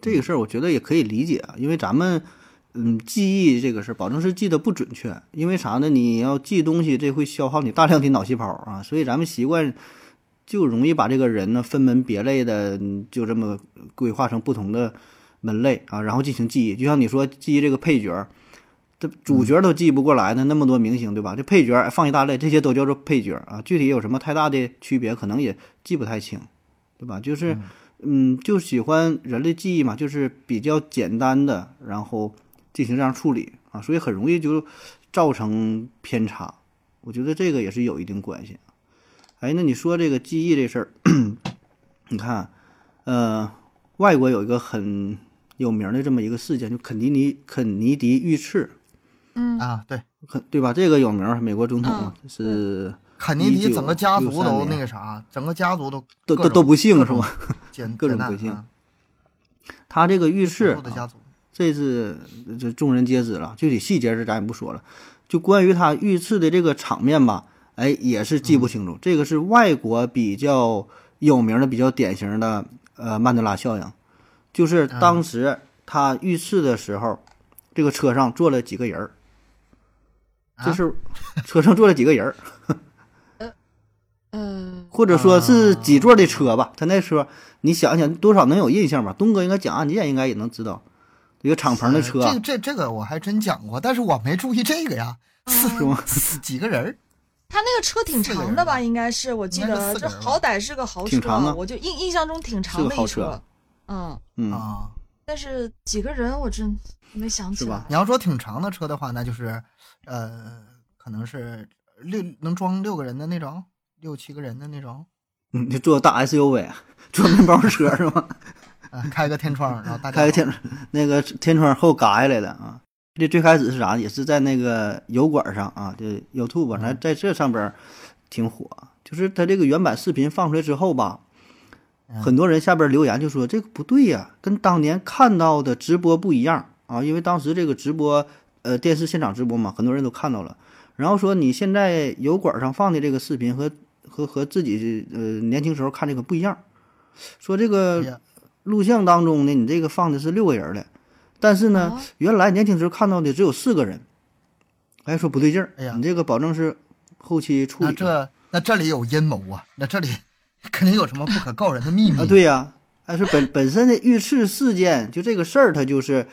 Speaker 1: 这个事儿我觉得也可以理解啊，因为咱们嗯记忆这个事儿，保证是记得不准确，因为啥呢？你要记东西，这会消耗你大量的脑细胞啊，所以咱们习惯。就容易把这个人呢分门别类的，嗯就这么规划成不同的门类啊，然后进行记忆。就像你说记忆这个配角，这主角都记不过来呢，那么多明星对吧？这配角哎放一大类，这些都叫做配角啊。具体有什么太大的区别，可能也记不太清，对吧？就是，嗯，就喜欢人类记忆嘛，就是比较简单的，然后进行这样处理啊，所以很容易就造成偏差。我觉得这个也是有一定关系。哎，那你说这个记忆这事儿， 你看，呃，外国有一个很有名的这么一个事件，就肯尼尼肯尼迪遇刺，
Speaker 3: 嗯
Speaker 2: 啊，对，
Speaker 1: 肯对吧？这个有名儿，美国总统嘛是
Speaker 2: 肯尼迪整个家族
Speaker 1: 1963
Speaker 2: 都
Speaker 1: 年
Speaker 2: 那个啥，啊整个家族都
Speaker 1: 都
Speaker 2: 各
Speaker 1: 都
Speaker 2: 种
Speaker 1: 都不幸
Speaker 2: 各
Speaker 1: 是
Speaker 2: 种
Speaker 1: 吧？
Speaker 2: 简
Speaker 1: 各种
Speaker 2: 简单
Speaker 1: 不幸
Speaker 2: 啊
Speaker 1: 他这个遇
Speaker 2: 所
Speaker 1: 刺
Speaker 2: 有的
Speaker 1: 啊
Speaker 2: 家族
Speaker 1: 这次就众人皆知了，具体细节是咱也不说了。就关于他遇刺的这个场面吧，哎，也是记不清楚。这个是外国比较有名的、比较典型的呃曼德拉效应，就是当时他遇刺的时候，这个车上坐了几个人儿，这
Speaker 2: 啊
Speaker 1: 是车上坐了几个人 儿，
Speaker 3: 呃，
Speaker 1: 或者说是几座的车
Speaker 2: 啊
Speaker 1: 吧。他那车，你想想多少能有印象吧？东哥应该讲案件，应该也能知道，一个敞篷的车，啊
Speaker 2: 呃这这这个我还真讲过，但是我没注意这个 呀，四
Speaker 1: 是吗？
Speaker 2: 四几个人儿
Speaker 3: 他那个车挺
Speaker 2: 四个
Speaker 3: 长
Speaker 2: 人
Speaker 3: 的
Speaker 2: 吧
Speaker 3: 吧？应该是，我记
Speaker 2: 应该是
Speaker 3: 得
Speaker 2: 四个
Speaker 3: 这
Speaker 2: 人吧
Speaker 3: 好歹是个豪车，
Speaker 1: 挺长的
Speaker 3: 我就印印象中
Speaker 1: 是
Speaker 3: 挺长
Speaker 1: 个
Speaker 3: 的一
Speaker 1: 豪
Speaker 3: 车。
Speaker 1: 车
Speaker 3: 嗯，
Speaker 1: 嗯，
Speaker 2: 啊。
Speaker 3: 但是几个人我真没想起
Speaker 1: 是
Speaker 3: 来。
Speaker 1: 吧
Speaker 2: 你要说挺长的车的话，那就是，呃，可能是六能装六个人的那种，六七个人的那种，
Speaker 1: 嗯，就坐大 SUV，啊坐面包车是吗？
Speaker 2: 啊，开个天窗，然后大家
Speaker 1: 开个天 那个天窗后嘎下来的啊。这最开始是啥？也是在那个油管上啊，就 YouTube 上，
Speaker 2: 嗯
Speaker 1: 在这上边儿挺火。就是他这个原版视频放出来之后吧，
Speaker 2: 嗯
Speaker 1: 很多人下边留言就说这个不对呀、跟当年看到的直播不一样啊，因为当时这个直播，呃，电视现场直播嘛，很多人都看到了。然后说你现在油管上放的这个视频和和和自己呃年轻时候看这个不一样，说这
Speaker 2: 哎
Speaker 1: 个
Speaker 2: 呀
Speaker 1: 录像当中呢，你这个放的是六个人的，但是呢，
Speaker 2: 哦
Speaker 3: 啊
Speaker 1: 原来年轻时候看到的只有四个人，哎，说不对劲儿，
Speaker 2: 哎呀啊
Speaker 1: 你这个保证是后期处
Speaker 2: 那
Speaker 1: 理的
Speaker 2: 这那这里有阴谋啊，那这里 肯定有什么不可告人的秘密
Speaker 1: 啊，对呀、哎，说本本身的遇刺事件就这个事儿，它就是。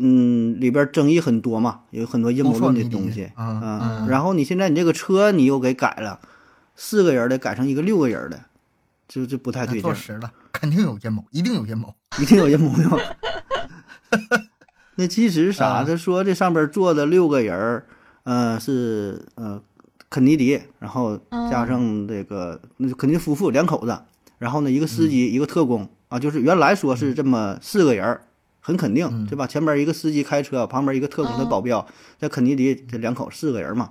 Speaker 1: 嗯，里边争议很多嘛，有很多阴谋论的东
Speaker 2: 扑朔迷离
Speaker 1: 西
Speaker 2: 啊
Speaker 1: 啊。
Speaker 3: 嗯
Speaker 1: 然后你现在你这个车你又给改了，四个人的改成一个六个人的，就就不太
Speaker 2: 那
Speaker 1: 啊对劲
Speaker 2: 坐
Speaker 1: 儿。
Speaker 2: 实了，肯定有阴谋，一定有阴谋。
Speaker 1: 一定有阴谋 用。那其实啥？
Speaker 2: 啊
Speaker 1: 他说这上边坐的六个人儿，呃，是呃肯尼迪，然后
Speaker 3: 嗯
Speaker 1: 加上这个那就肯尼迪夫妇两口子，然后呢一个司
Speaker 2: 嗯
Speaker 1: 机、一个特工啊，就是原来说是这么四个人儿，很肯定、
Speaker 2: 嗯
Speaker 1: 对吧？前边一个司机开车，旁边一个特工他
Speaker 3: 嗯
Speaker 1: 保镖，在肯尼迪这两口四个人嘛。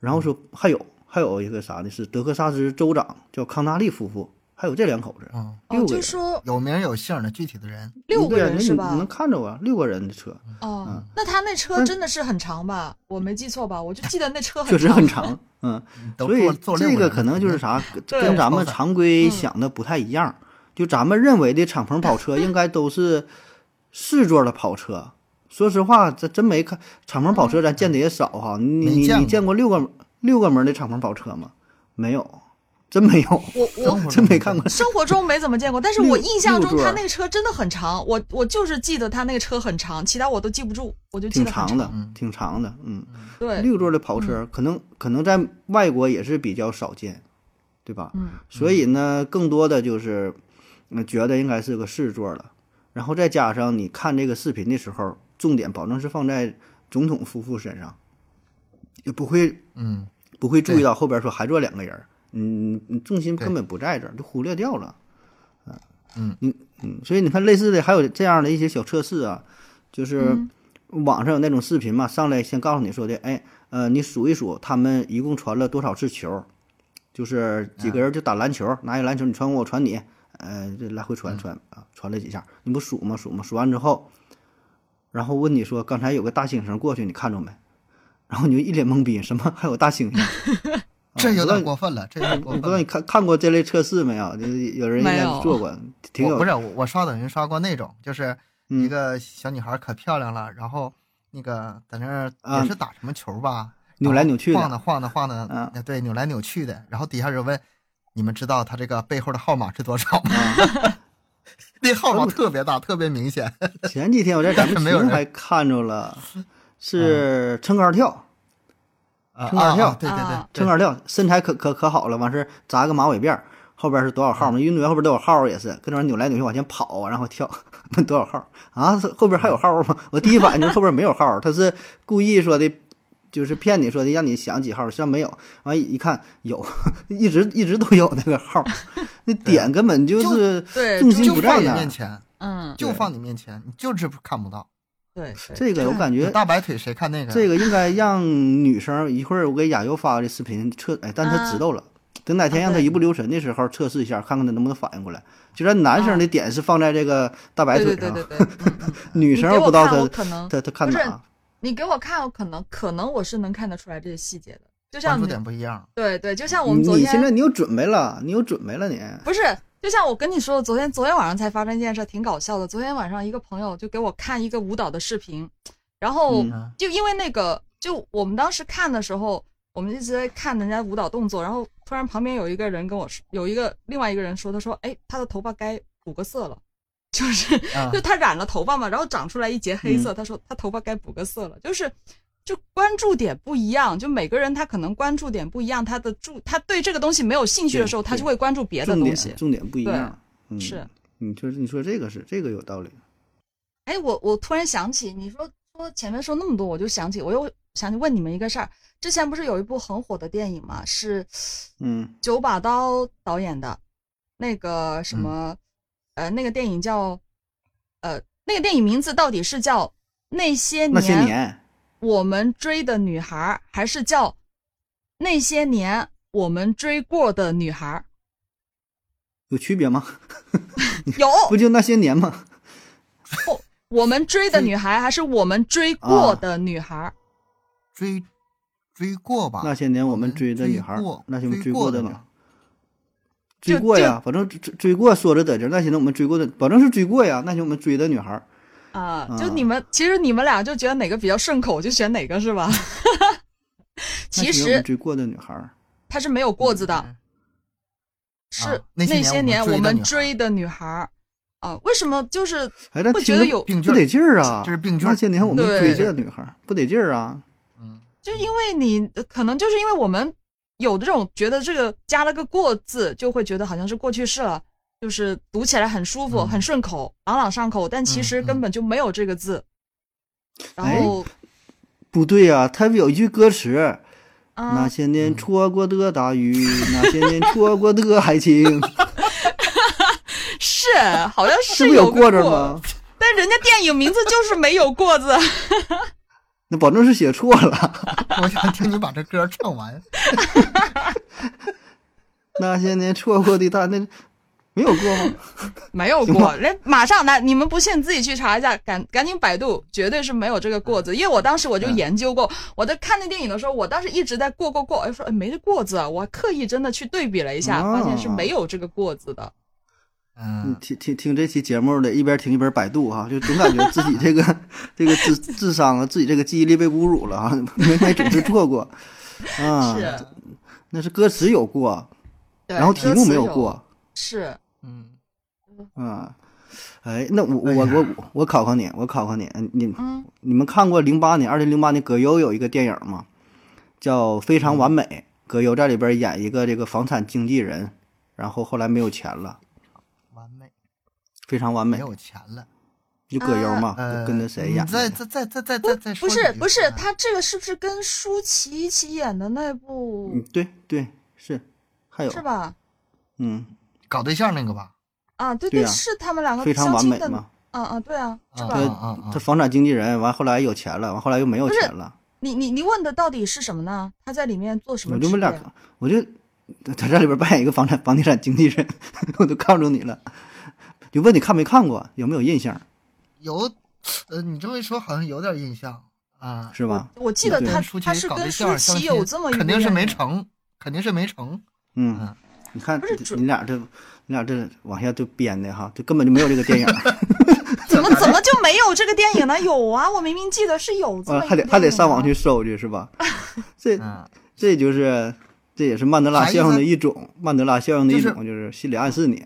Speaker 1: 然后说还有还有一个啥呢？是德克萨斯州长叫康纳利夫妇，还有这两口子，
Speaker 2: 嗯，
Speaker 1: 六
Speaker 3: 哦，
Speaker 1: 个
Speaker 3: 就
Speaker 1: 人
Speaker 3: 说
Speaker 2: 有名有姓的具体的人，
Speaker 3: 六个
Speaker 1: 对啊
Speaker 3: 人
Speaker 1: 那
Speaker 3: 是
Speaker 1: 你
Speaker 3: 吧？
Speaker 1: 你能看着啊，六个人的车
Speaker 3: 哦
Speaker 1: 嗯，
Speaker 3: 那他那车
Speaker 1: 但
Speaker 3: 真的是很长吧？我没记错吧？我就记得那车很
Speaker 1: 确实
Speaker 3: 长。
Speaker 1: 很长，嗯，
Speaker 2: 都
Speaker 1: 所以
Speaker 2: 坐坐
Speaker 1: 这
Speaker 2: 六人嗯
Speaker 1: 个可能就是 啥，
Speaker 3: 对
Speaker 1: 跟咱们
Speaker 2: 超载
Speaker 1: 常规
Speaker 3: 嗯
Speaker 1: 想的不太一样。就咱们认为的敞篷跑车应该都是四座的跑车。说实话，这真没看敞篷跑车，咱见的也少哈。你
Speaker 2: 没
Speaker 1: 你
Speaker 2: 见
Speaker 1: 你
Speaker 2: 过
Speaker 1: 见过六个六个门的敞篷跑车吗？没有，真没 有，
Speaker 3: 我 我
Speaker 2: 生活
Speaker 1: 真
Speaker 2: 中
Speaker 1: 没看过。
Speaker 3: 生活中没怎么见过，但是
Speaker 1: 六
Speaker 3: 我印象中
Speaker 1: 嗯六座
Speaker 3: 他那个车真的很长，我我就是记得他那个车很长，其他我都记不住，我就记
Speaker 1: 挺
Speaker 3: 得很
Speaker 1: 长的
Speaker 2: 嗯，
Speaker 1: 挺长的，嗯，
Speaker 3: 对，嗯
Speaker 1: 六座的跑车可能可能在外国也是比较少见，对吧？
Speaker 3: 嗯，
Speaker 1: 所以呢，更多的就是，嗯，觉得应该是个四座了。然后再加上你看这个视频的时候，重点保证是放在总统夫妇身上，也不会
Speaker 2: 嗯，
Speaker 1: 不会注意
Speaker 2: 对
Speaker 1: 到后边说还坐两个人儿，嗯，你重心根本不在这儿，就忽略掉了。啊
Speaker 2: 嗯
Speaker 1: 你嗯，所以你看，类似的还有这样的一些小测试啊，就是
Speaker 3: 嗯
Speaker 1: 网上有那种视频嘛，上来先告诉你说的，哎，呃，你数一数他们一共传了多少次球，就是
Speaker 2: 啊
Speaker 1: 几个人就打篮球，拿一篮球你传我，我传你，呃，这来回传
Speaker 2: 嗯
Speaker 1: 传啊，传了几下，你不数吗？数吗？数完之后，然后问你说刚才有个大猩猩过去，你看着没？然后你就一脸懵逼，什么还有大猩猩？
Speaker 2: 这有
Speaker 1: 我不知道
Speaker 2: 点过分了，这有点过
Speaker 1: 我不知
Speaker 2: 分
Speaker 1: 道
Speaker 2: 了
Speaker 1: 你。看看过这类测试没有？就是有人应该
Speaker 3: 没有
Speaker 1: 做过，挺
Speaker 2: 我
Speaker 1: 有嗯
Speaker 2: 不是我，我刷抖音刷过那种，就是一个小女孩可漂亮了，然后那个在那儿
Speaker 1: 啊
Speaker 2: 也是打什么球吧，
Speaker 1: 扭来扭去
Speaker 2: 晃
Speaker 1: 的。
Speaker 2: 的晃的晃的，
Speaker 1: 啊
Speaker 2: 哎对，扭来扭去的。然后底下人问：“你们知道她这个背后的号码是多少吗？”
Speaker 1: 啊
Speaker 2: 那号
Speaker 1: 哦
Speaker 2: 码特别大，特别明显。
Speaker 1: 前几天我在咱们
Speaker 2: 没有
Speaker 1: 群
Speaker 2: 人嗯
Speaker 1: 还看着 了，是撑杆跳，
Speaker 2: 啊
Speaker 1: 撑杆跳
Speaker 2: 啊对对对
Speaker 3: 啊，
Speaker 1: 撑
Speaker 2: 对
Speaker 1: 杆跳，身材可可可好了，完事儿扎个马尾辫儿，后边是多少号
Speaker 2: 嗯
Speaker 1: 嘛？运动员后边都有号儿也是，跟那玩意儿扭来扭去往前跑，然后跳， 问多少号啊？是后边还有号 吗？我第一反应就是后边没有号，他是故意说的。就是骗你说的，让你想几号，实际上没有。完一看有， 一直一直都有那个号，那点根本就是
Speaker 3: 对，
Speaker 1: 重
Speaker 3: 就
Speaker 1: 心
Speaker 2: 就
Speaker 1: 不
Speaker 2: 放
Speaker 1: 在
Speaker 2: 你
Speaker 1: 那儿
Speaker 2: 面前，
Speaker 3: 嗯，
Speaker 2: 就
Speaker 1: 对
Speaker 2: 放你面前，你就是看不到。
Speaker 3: 对，对
Speaker 1: 这个，我感觉
Speaker 2: 有大白腿谁看那
Speaker 3: 啊
Speaker 2: 个？
Speaker 1: 这
Speaker 2: 个
Speaker 1: 个应该让女生一会儿我给亚优发的视频测，哎，但她
Speaker 3: 啊
Speaker 1: 知道了。等哪天让她
Speaker 3: 啊对
Speaker 1: 一不留神的时候测试一下，看看她能不能反应过来。就咱男生的点是放在这个大白
Speaker 3: 对
Speaker 1: 腿
Speaker 3: 对对
Speaker 1: 上，
Speaker 3: 对对，嗯嗯
Speaker 1: 女
Speaker 3: 你给
Speaker 1: 生不
Speaker 3: 我
Speaker 1: 知道
Speaker 3: 看，我
Speaker 1: 她
Speaker 3: 可能
Speaker 1: 她她看
Speaker 3: 不是
Speaker 1: 哪。
Speaker 3: 你给我看，我可能可能我是能看得出来这些细节的，就
Speaker 2: 关
Speaker 3: 像
Speaker 2: 注
Speaker 3: 你
Speaker 2: 点不一样。
Speaker 3: 对对，就像我
Speaker 1: 你
Speaker 3: 们昨
Speaker 1: 你现
Speaker 3: 天
Speaker 1: 在你有准备了，你有准备了你，
Speaker 3: 不是，就像我跟你说的，昨天昨天晚上才发生一件事，挺搞笑的。昨天晚上一个朋友就给我看一个舞蹈的视频，然后
Speaker 1: 嗯
Speaker 3: 就因为那个，就我们当时看的时候，我们一直在看人家舞蹈动作，然后突然旁边有一个人跟我说，有一个另外一个人说，他说：“哎，他的头发该补个色了。”就是
Speaker 2: 啊
Speaker 3: 就他染了头发嘛，然后长出来一截黑
Speaker 1: 嗯
Speaker 3: 色，他说他头发该补个色了，就是就关注点不一样，就每个人他可能关注点不一样，他的注他对这个东西没有兴趣的时候，
Speaker 1: 对
Speaker 3: 他就会关注别的
Speaker 1: 重
Speaker 3: 东
Speaker 1: 点
Speaker 3: 西。
Speaker 1: 重点不一样。嗯，
Speaker 3: 是，
Speaker 1: 你说你说这个是这个有道理。
Speaker 3: 哎，我我突然想起你说说前面说那么多，我就想起我又想起问你们一个事儿，之前不是有一部很火的电影嘛，是
Speaker 1: 嗯，
Speaker 3: 九把刀导演的，那个
Speaker 1: 嗯
Speaker 3: 什么，呃，那个电影叫，呃，那个电影名字到底是叫那些
Speaker 1: 那些年，
Speaker 3: 我们追的女孩儿，还是叫那些年我们追过的女孩儿？
Speaker 1: 有区别吗？
Speaker 3: 有
Speaker 1: 不就那些年吗？
Speaker 3: 我们追的女孩，还是我们追
Speaker 1: 啊
Speaker 3: 过的女孩儿？
Speaker 2: 追追过
Speaker 3: 啊
Speaker 2: 吧？
Speaker 1: 那些年我们追的女孩
Speaker 2: 追过，，
Speaker 1: 那些我们追
Speaker 2: 追
Speaker 1: 过的
Speaker 2: 的
Speaker 1: 女孩
Speaker 2: 吧。
Speaker 1: 追
Speaker 3: 就
Speaker 1: 过呀，反正追追追过说着得劲儿，那些我们追过的，保证是追过呀，那些我们追的女孩儿，
Speaker 3: 啊、
Speaker 1: 啊
Speaker 3: 就你们，其实你们俩就觉得哪个比较顺口，就选哪个是吧？ 其
Speaker 1: 那些我们
Speaker 3: 实
Speaker 1: 追过的女孩儿，
Speaker 3: 它是没有过字的，
Speaker 2: 嗯
Speaker 3: 是
Speaker 2: 啊那些
Speaker 3: 些
Speaker 2: 年
Speaker 3: 年
Speaker 2: 我
Speaker 3: 我
Speaker 2: 们
Speaker 3: 们
Speaker 2: 追
Speaker 3: 追的女孩儿啊、为什么就是
Speaker 1: 哎，但
Speaker 3: 会
Speaker 1: 听
Speaker 3: 觉得
Speaker 1: 着
Speaker 3: 有
Speaker 2: 病句
Speaker 1: 不
Speaker 2: 儿
Speaker 1: 得劲儿啊，
Speaker 2: 这是病句儿
Speaker 1: 那些年我们
Speaker 3: 对
Speaker 1: 追的女孩儿不得劲儿啊，
Speaker 2: 嗯，
Speaker 3: 就因为你呃可能就是因为我们有这种觉得这个加了个“过”字，就会觉得好像是过去式了，就是读起来很舒服、
Speaker 2: 嗯
Speaker 3: 很顺口、朗朗上口，但其实
Speaker 2: 嗯嗯
Speaker 3: 根本就没有这个字。
Speaker 1: 哎
Speaker 3: 然后，
Speaker 1: 不对呀、他有一句歌词，那
Speaker 3: 啊，
Speaker 1: 些年错过的大雨，那些年错过的爱情，
Speaker 3: 是好像
Speaker 1: 这
Speaker 3: 是
Speaker 1: 不
Speaker 3: 有个
Speaker 1: 过着吗？？
Speaker 3: 但人家电影名字就是没有“过”字。
Speaker 1: 那保证是写错了。
Speaker 2: 我想听你把这歌唱完。
Speaker 1: 那些年错过的大那没有过吗？
Speaker 3: 没有
Speaker 1: 行
Speaker 3: 过
Speaker 1: 吧，
Speaker 3: 人马上来，你们不信自己去查一下，赶赶紧百度，绝对是没有这个过字。因为我当时我就研究过，我在看那电影的时候，我当时一直在过过过，哎说哎没这过字，我刻意真的去对比了一下，
Speaker 1: 哦
Speaker 3: 发现是没有这个过字的。
Speaker 1: 你
Speaker 2: 嗯，
Speaker 1: 听听听这期节目的，一边听一边百度哈、就总感觉自己这个 这个智智商啊，自己这个记忆力被侮辱了哈、没没准是错 过啊，
Speaker 3: 是，
Speaker 1: 那是歌词有过，
Speaker 3: 对
Speaker 1: 然后题目没
Speaker 3: 有
Speaker 1: 有，过
Speaker 3: 是
Speaker 2: 嗯，
Speaker 1: 啊。哎，那我
Speaker 2: 哎
Speaker 1: 我
Speaker 2: 呀
Speaker 1: 我我考考你，我考考你，你
Speaker 3: 嗯
Speaker 1: 你们看过零八年，二零零八年葛优有一个电影吗？叫《非常完
Speaker 2: 嗯
Speaker 1: 美》，葛优在里边演一个这个房产经纪人，然后后来没有钱了，
Speaker 2: 完美，
Speaker 1: 非常完
Speaker 2: 没
Speaker 1: 美，
Speaker 2: 有钱了。
Speaker 1: 就葛优嘛，
Speaker 2: 呃，
Speaker 1: 就跟着谁演
Speaker 2: 你
Speaker 1: 的？
Speaker 2: 再再再再再再再说
Speaker 3: 不
Speaker 2: 几
Speaker 3: 是
Speaker 2: 句
Speaker 3: 不是
Speaker 2: 嗯
Speaker 3: 他这个是不是跟舒淇一起演的那部
Speaker 1: 嗯，对对是，还有
Speaker 3: 是吧？
Speaker 1: 嗯，
Speaker 2: 搞对象那个吧？
Speaker 3: 啊，对
Speaker 1: 对呀
Speaker 3: 是他们两个
Speaker 1: 非常
Speaker 3: 相
Speaker 1: 完
Speaker 3: 亲
Speaker 1: 美
Speaker 3: 的
Speaker 1: 嘛。
Speaker 3: 啊啊，对啊，
Speaker 2: 啊
Speaker 1: 对
Speaker 2: 啊啊
Speaker 1: 他！房产经纪人，完后来有钱了，完后来又没有
Speaker 3: 不是
Speaker 1: 钱了。
Speaker 3: 你你你问的到底是什么呢？他在里面做什么
Speaker 1: 我
Speaker 3: 职
Speaker 1: 就
Speaker 3: 业？
Speaker 1: 没俩，我就他这里边扮演一个房产房地产经纪人， 我都告诉你了，就问你看没看过，有没有印象，
Speaker 2: 有，呃，你这么一说，好像有点印象啊。
Speaker 1: 是吧？
Speaker 3: 我记得
Speaker 1: 对
Speaker 3: 他
Speaker 2: 舒淇
Speaker 3: 他是
Speaker 2: 搞
Speaker 3: 跟
Speaker 2: 对
Speaker 3: 舒
Speaker 2: 象相
Speaker 3: 淇
Speaker 2: 亲
Speaker 3: 有这么一个
Speaker 2: 肯定是没
Speaker 3: 渊源
Speaker 2: 成，肯定是没成。
Speaker 1: 嗯
Speaker 2: 嗯，
Speaker 1: 你看
Speaker 3: 不是
Speaker 1: 这
Speaker 3: 主
Speaker 1: 你俩这，你俩这往下就编的哈，就根本就没有这个电影儿，
Speaker 3: 怎 么怎么就没有这个电影呢？有啊，我明明记得是有 这么
Speaker 1: 完了啊
Speaker 3: 一个啊
Speaker 1: 还得还得上网去搜去，是 吧？这
Speaker 2: 嗯，
Speaker 1: 这就是这也是曼德拉
Speaker 2: 啥意思
Speaker 1: 效应的一种，曼德拉效应的一
Speaker 2: 就是
Speaker 1: 种就是心理暗示你，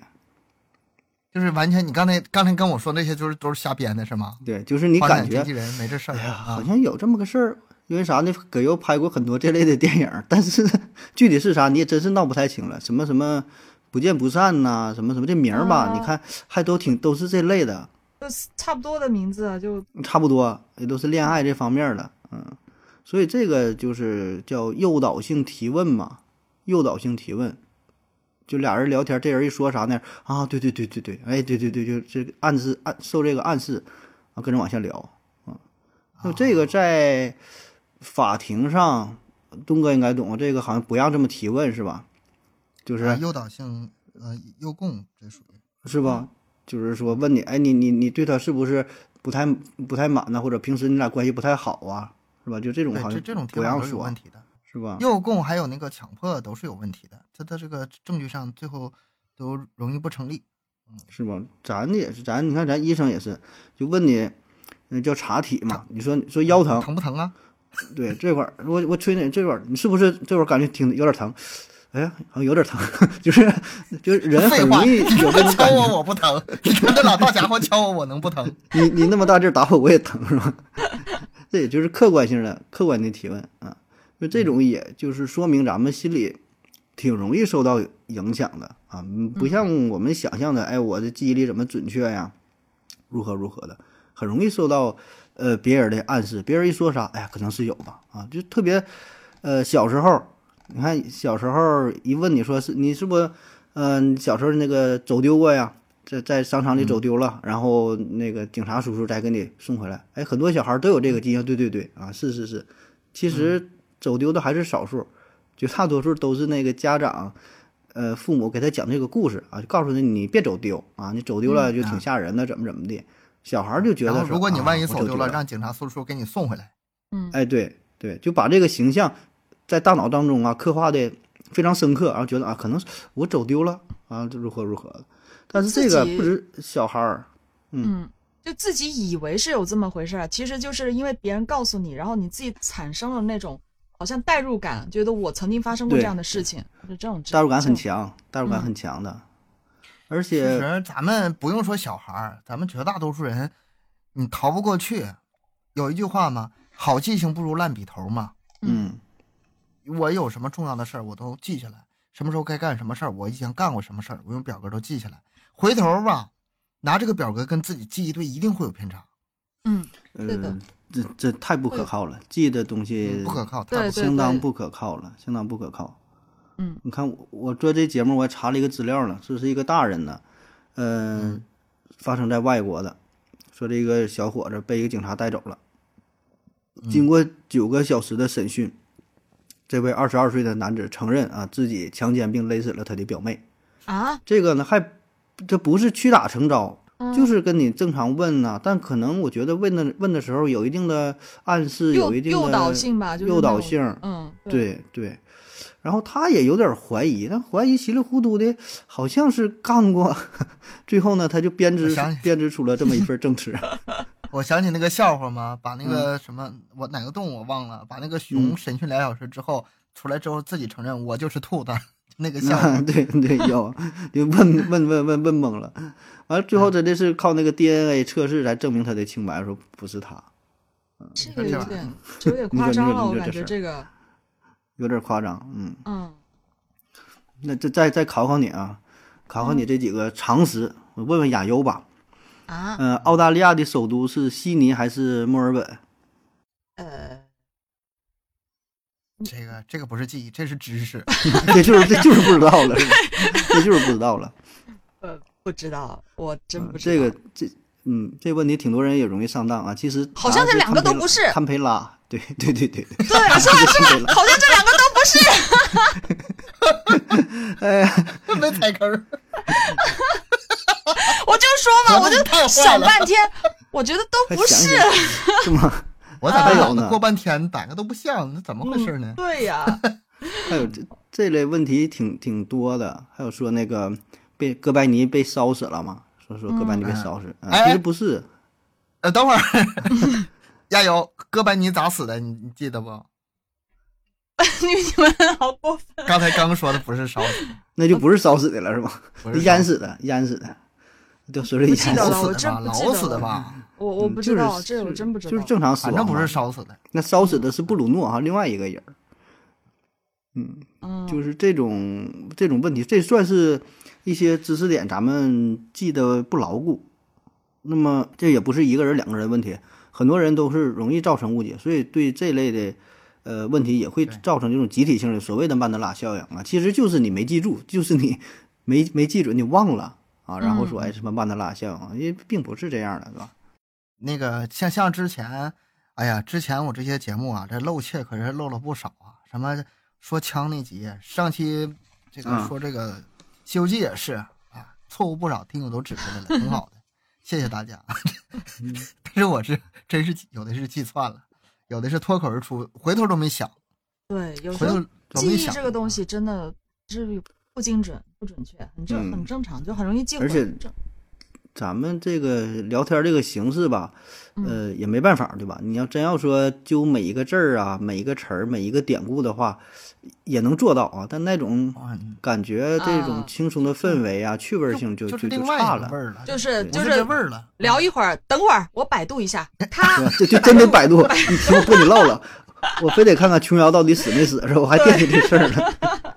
Speaker 2: 就是完全你刚才刚才跟我说那些，就是都是瞎编的，是吗？
Speaker 1: 对，就是你
Speaker 2: 房
Speaker 1: 感
Speaker 2: 产
Speaker 1: 觉
Speaker 2: 经纪人没这事儿
Speaker 1: 哎呀，好
Speaker 2: 啊。
Speaker 1: 像有这么个事儿，因为啥呢？葛优拍过很多这类的电影儿，但是 具体是啥你也真是闹不太清了。什么什么不见不散呐、什么什么这名儿吧，
Speaker 3: 啊
Speaker 1: 你看还都挺都是这类的，
Speaker 3: 电影啊，就是差不多的名字啊就
Speaker 1: 差不多也都是恋爱这方面儿的，嗯。所以这个就是叫诱导性提问嘛，诱导性提问。就俩人聊天，这人一说啥呢？啊，对对对对对，哎，对对对，就这个暗示暗受这个暗示，啊，跟着往下聊，就这个在法庭上，东哥应该懂，这个好像不让这么提问是吧？就是、
Speaker 2: 啊诱导性，呃，诱供，这属于
Speaker 1: 是
Speaker 2: 嗯
Speaker 1: 吧？就是说问你，哎，你你你对他是不是不太不太满呢？或者平时你俩关系不太好啊？是吧？就这种
Speaker 2: 对
Speaker 1: 好
Speaker 2: 这
Speaker 1: 像
Speaker 2: 这种
Speaker 1: 不
Speaker 2: 条款
Speaker 1: 让
Speaker 2: 都是有
Speaker 1: 说啊
Speaker 2: 问，题的。
Speaker 1: 是吧？
Speaker 2: 诱供还有那个强迫都是有问题的，它的这个证据上最后都容易不成立。
Speaker 1: 是吧？咱的也是，咱你看咱医生也是，就问你，那叫查体嘛？你说你说腰疼，
Speaker 2: 疼不疼啊？
Speaker 1: 对这块儿，我我吹你这块儿，你是不是这块儿感觉挺有点疼？哎呀，好像有点疼， 就是就是人
Speaker 2: 废
Speaker 1: 很
Speaker 2: 话，
Speaker 1: 容易
Speaker 2: 你
Speaker 1: 有
Speaker 2: 他
Speaker 1: 这种
Speaker 2: 妈敲
Speaker 1: 感觉。
Speaker 2: 我我不疼，你他妈这老大家伙敲我我能不疼？
Speaker 1: 你你那么大劲儿打我，我也疼是吧？ 这也就是客观性的、客观的提问啊。就这种，也就是说明咱们心里挺容易受到影响的啊，嗯不像我们想象的，哎，我的记忆力怎么准确呀？如何如何的，很容易受到呃别人的暗示，别人一说啥，哎呀，可能是有吧啊，就特别呃小时候，你看小时候一问你说是你是不是嗯、小时候那个走丢过呀？在在商场里
Speaker 2: 嗯
Speaker 1: 走丢了，然后那个警察叔叔再给你送回来。哎，很多小孩都有这个经验，对对对啊，是是是。其
Speaker 2: 嗯
Speaker 1: 实走丢的还是少数，绝大多数都是那个家长，呃，父母给他讲这个故事啊，就告诉你你别走丢啊，你走丢了就挺吓人的，怎么怎么的。小孩 就觉
Speaker 2: 嗯然
Speaker 1: 得
Speaker 2: 后
Speaker 1: 说，
Speaker 2: 如果你
Speaker 1: 啊
Speaker 2: 万一
Speaker 1: 我
Speaker 2: 走丢
Speaker 1: 丢
Speaker 2: 了，让警察叔叔给你送回来。
Speaker 3: 嗯
Speaker 1: 哎，对对，就把这个形象在大脑当中啊刻画的非常深刻，然后觉得啊，可能是我走丢了啊，这如何如何的。但是这个
Speaker 3: 自己
Speaker 1: 不止小孩儿，嗯
Speaker 3: 嗯，就自己以为是有这么回事儿，啊其实就是因为别人告诉你，然后你自己产生了那种好像代入感，觉得我曾经发生过
Speaker 1: 对
Speaker 3: 这样的事情，就这种
Speaker 1: 代入感很
Speaker 3: 这种
Speaker 1: 强，代入感很强的，而
Speaker 2: 其
Speaker 1: 且
Speaker 2: 嗯实咱们不用说小孩儿，咱们绝大多数人，你逃不过去。有一句话嘛，好记性不如烂笔头嘛。
Speaker 1: 嗯
Speaker 2: 我有什么重要的事儿，我都记下来，什么时候该干什么事儿，我以前干过什么事儿，我用表格都记下来。回头吧，拿这个表格跟自己记一对，一定会有偏差，
Speaker 3: 嗯，对的
Speaker 1: 呃，这这太不可靠了，记的东西
Speaker 2: 嗯不可靠。
Speaker 3: 对
Speaker 2: 太不
Speaker 3: 对
Speaker 1: 相当不可靠了，相当不可靠。
Speaker 3: 嗯，
Speaker 1: 你看我我做这节目，我还查了一个资料呢，这是一个大人呢，嗯，发生在外国的，说这个小伙子被一个警察带走了，
Speaker 3: 嗯
Speaker 1: 经过九个小时的审讯，这位二十二岁的男子承认啊自己强奸并勒死了他的表妹。
Speaker 3: 啊，
Speaker 1: 这个呢还这不是屈打成招，
Speaker 3: 嗯
Speaker 1: 就是跟你正常问呐、但可能我觉得问的问的时候有一定的暗示，
Speaker 3: 诱
Speaker 1: 有一定的
Speaker 3: 诱导性吧，就是
Speaker 1: 诱
Speaker 3: 那
Speaker 1: 导
Speaker 3: 种
Speaker 1: 性，
Speaker 3: 嗯，，
Speaker 1: 对对。然后他也有点怀疑，但怀疑稀里糊涂的，好像是干过。 最后呢，他就编
Speaker 2: 我
Speaker 1: 织
Speaker 2: 想起
Speaker 1: 编织出了这么一份正 词。
Speaker 2: 我想起那个笑话嘛，把那个什么，我哪个动物我忘了，把那个熊
Speaker 1: 嗯
Speaker 2: 审讯俩小时之后出来之后，自己承认我就是兔子， 那个笑话
Speaker 1: 啊， 对对，有，就问问问问问懵了，完了最后真的是靠那个 DNA 测试才证明他的清白，说不是他，
Speaker 3: 这
Speaker 2: 说
Speaker 3: 个
Speaker 2: 这
Speaker 3: 有
Speaker 2: 玩
Speaker 1: 你说
Speaker 2: 意儿
Speaker 3: 点这有点夸
Speaker 1: 你
Speaker 3: 张
Speaker 1: 说
Speaker 3: 了，
Speaker 1: 你
Speaker 3: 我
Speaker 1: 说
Speaker 3: 感
Speaker 1: 这
Speaker 3: 觉
Speaker 1: 事儿
Speaker 3: 这个，
Speaker 1: 有点夸张，嗯，
Speaker 3: 嗯，
Speaker 1: 那这再再考考你啊，考考你这几个常识，我问问亚优吧，
Speaker 3: 啊，
Speaker 1: 嗯、澳大利亚的首都是悉尼还是墨尔本？
Speaker 3: 呃，
Speaker 2: 这个这个不是记忆，这是知识。
Speaker 1: 这就是这就是不知道了，是吧这就是不知道了，
Speaker 3: 呃，不知道，我真
Speaker 1: 嗯
Speaker 3: 不知道
Speaker 1: 这个这嗯这问题挺多人也容易上当啊，其实
Speaker 3: 好像
Speaker 1: 答案
Speaker 3: 这两个
Speaker 1: 堪培
Speaker 3: 都
Speaker 1: 拉
Speaker 3: 不是
Speaker 1: 堪培拉，对对对对对，
Speaker 3: 对， 是 吧？是
Speaker 1: 对
Speaker 3: 吧？好像这两个都不是。
Speaker 2: 没踩坑儿，
Speaker 3: 我就说 嘛，我
Speaker 2: 我
Speaker 3: 就
Speaker 2: 太坏
Speaker 3: 想
Speaker 2: 了
Speaker 3: 半天，我觉得都
Speaker 1: 还
Speaker 3: 不
Speaker 1: 想
Speaker 3: 是
Speaker 1: 起。来是吗？
Speaker 2: 我咋
Speaker 1: 还有
Speaker 2: 脑子
Speaker 1: 呢
Speaker 2: 过半天，哪个都不像，那怎么回事呢？
Speaker 3: 对呀，
Speaker 1: 还有这这类问题挺挺多的，还有说那个被哥白尼被烧死了嘛？说说哥白尼被烧死，啊
Speaker 2: 哎
Speaker 1: 其实不是，
Speaker 2: 呃，等会儿， 亚油，哥白尼咋死的？你你记得不？
Speaker 3: 你你们好过分。
Speaker 2: 刚才刚说的不是烧死，
Speaker 1: 那就不是烧死的了，是吧？
Speaker 2: 不是
Speaker 1: 淹死的，淹死的，就随着
Speaker 3: 不
Speaker 1: 淹
Speaker 3: 记
Speaker 1: 死
Speaker 3: 得
Speaker 1: 的，
Speaker 3: 了我
Speaker 2: 烧死的吧，老死
Speaker 3: 真不记得
Speaker 2: 的
Speaker 3: 了
Speaker 2: 吧，
Speaker 3: 我我
Speaker 1: 嗯
Speaker 3: 不
Speaker 1: 就
Speaker 3: 知
Speaker 1: 是
Speaker 3: 道，这我真不知道。
Speaker 1: 就是正常死
Speaker 2: 反
Speaker 1: 亡嘛，
Speaker 2: 正不是烧死的。
Speaker 1: 那烧死的是布鲁诺哈，另外一个人儿，
Speaker 3: 嗯，
Speaker 1: 就是这种这种问题，这算是一些知识点，咱们记得不牢固。那么这也不是一个人、两个人问题，很多人都是容易造成误解，所以对这类的呃问题也会
Speaker 2: 对
Speaker 1: 造成这种集体性的所谓的曼德拉效应啊，其实就是你没记住，就是你没没记准，你忘了啊，然后说哎什么曼德拉效应啊，因为并不是这样的，是吧？
Speaker 2: 那个像像之前，哎呀，之前我这些节目啊，这露怯可是露了不少啊。什么说枪那集，上期这个
Speaker 1: 嗯
Speaker 2: 说这个《西游记》也是啊，错误不少，听友都指出来了，挺好的，谢谢大家。
Speaker 3: 嗯
Speaker 2: 但是我是真是有的是记串了，有的是脱口而出，回头都没想，
Speaker 3: 对，有时
Speaker 2: 回头
Speaker 3: 候
Speaker 2: 都
Speaker 3: 记
Speaker 2: 没
Speaker 3: 忆
Speaker 2: 想。
Speaker 3: 这个东西真的是不精准、不准确，很正、
Speaker 1: 嗯
Speaker 3: 很正常，就很容易记混。
Speaker 1: 而且
Speaker 3: 很正
Speaker 1: 咱们这个聊天这个形式吧，呃，
Speaker 2: 嗯
Speaker 1: 也没办法，对吧？你要真要说揪每一个字儿啊、每一个词儿、每一个典故的话，也能做到啊，但那种
Speaker 2: 啊，你
Speaker 1: 感觉这种
Speaker 3: 啊
Speaker 1: 轻松的氛围啊、趣味儿性就
Speaker 2: 就是
Speaker 1: 就
Speaker 2: 另外
Speaker 1: 差
Speaker 2: 一个
Speaker 1: 了
Speaker 2: 味，儿了，
Speaker 3: 就是
Speaker 2: 不
Speaker 3: 就是是
Speaker 2: 这味儿了。嗯
Speaker 3: 聊一会儿，等会儿我百度一 下，他
Speaker 1: 对吧？这就真得百度，你听我跟你唠唠，我非得看看琼瑶到底死没死，是吧？我还惦记这事儿呢，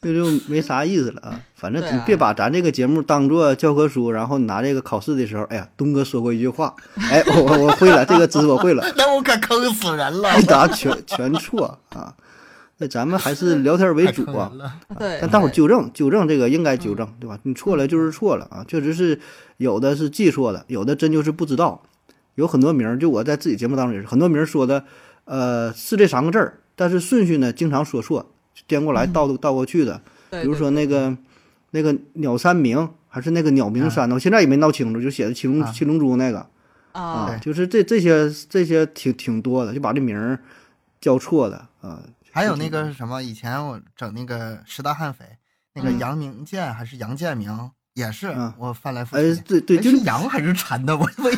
Speaker 1: 这就没啥意思了啊。反正
Speaker 3: 对
Speaker 1: 你
Speaker 3: 啊
Speaker 1: 别把咱这个节目当做教科书，然后你拿这个考试的时候，哎呀，东哥说过一句话，哎，我我我会了，这个知识我会了。
Speaker 2: 那我可坑死人了，
Speaker 1: 一答全全错啊！那咱们还是聊天为
Speaker 2: 太
Speaker 1: 主
Speaker 2: 坑
Speaker 1: 啊
Speaker 2: 人，了。
Speaker 3: 对，
Speaker 1: 但大伙儿
Speaker 3: 对嗯
Speaker 1: 纠正纠正这个应该纠正，对吧？你错了就是错了啊，确实是有的是记错了，有的真就是不知道，有很多名儿，就我在自己节目当中也是，很多名儿说的，呃，是这三个字儿，但是顺序呢经常说错，颠过来倒倒过去的，
Speaker 3: 嗯对
Speaker 1: 比如
Speaker 3: 对
Speaker 1: 说那个那个鸟山明还是那个鸟鸣山呢，我现在也没闹清楚，就写的七龙
Speaker 2: 啊
Speaker 1: 七龙珠那个，
Speaker 3: 啊
Speaker 1: 啊，就是这这些这些挺挺多的，就把这名儿叫错的啊。
Speaker 2: 还有那个什么，以前我整那个十大悍匪，那个
Speaker 3: 嗯
Speaker 2: 杨明建还是杨建明，也是
Speaker 1: 嗯
Speaker 2: 我翻来覆
Speaker 1: 哎
Speaker 2: 去，。
Speaker 1: 对对，
Speaker 2: 哎
Speaker 1: 就是是
Speaker 2: 杨还是陈 的？我我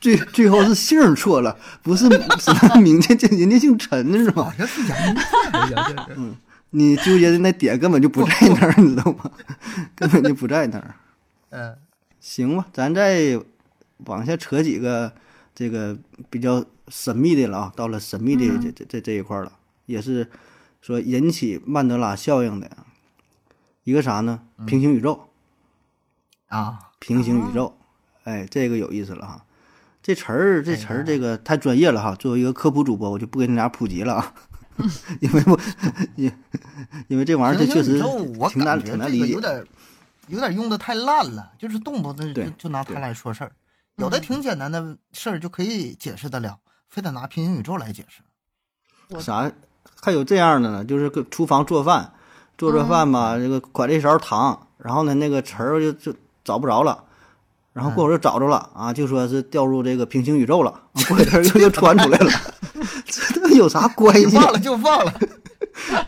Speaker 1: 最最后是姓儿错了， 不是什么名字，这人家姓陈是
Speaker 2: 好
Speaker 1: 吧？
Speaker 2: 像是杨明建还是杨建明。
Speaker 1: 你纠结的那点根本就不在那儿，你知道吗？ 根本就不在那儿。
Speaker 2: 嗯，
Speaker 1: 行吧，咱再往下扯几个这个比较神秘的了啊，到了神秘的这这这这一块儿了，也是说引起曼德拉效应的一个啥呢？平行宇宙。
Speaker 2: 啊，
Speaker 1: 平行宇宙，哎，这个有意思了哈。这词儿，这
Speaker 2: 哎
Speaker 1: 词儿，这个太专业了哈。作为一个科普主播，我就不给你俩普及了啊， 因为我，因因为这玩意儿，这
Speaker 2: 平
Speaker 1: 确
Speaker 2: 行宇
Speaker 1: 实
Speaker 2: 宙我
Speaker 1: 挺难
Speaker 2: 感
Speaker 1: 挺
Speaker 2: 觉这
Speaker 1: 难
Speaker 2: 个
Speaker 1: 理解。
Speaker 2: 有点有点用的太烂了，就是动不动就
Speaker 1: 对
Speaker 2: 就拿它
Speaker 1: 对嗯
Speaker 2: 来说事儿，有的挺简单的事儿就可以解释得了，非得拿平行宇宙来解释。
Speaker 3: 我
Speaker 1: 啥？还有这样的呢？就是个厨房做饭，做做饭
Speaker 2: 嗯
Speaker 1: 吧，这个蒯了一勺糖，然后呢那个词儿就就找不着了。然
Speaker 2: 嗯
Speaker 1: 后过会儿就找着了啊，就说是掉入这个平行宇宙了，啊过一阵儿又又传出来了， 这他妈有啥关系？啊
Speaker 2: 忘了 就忘了，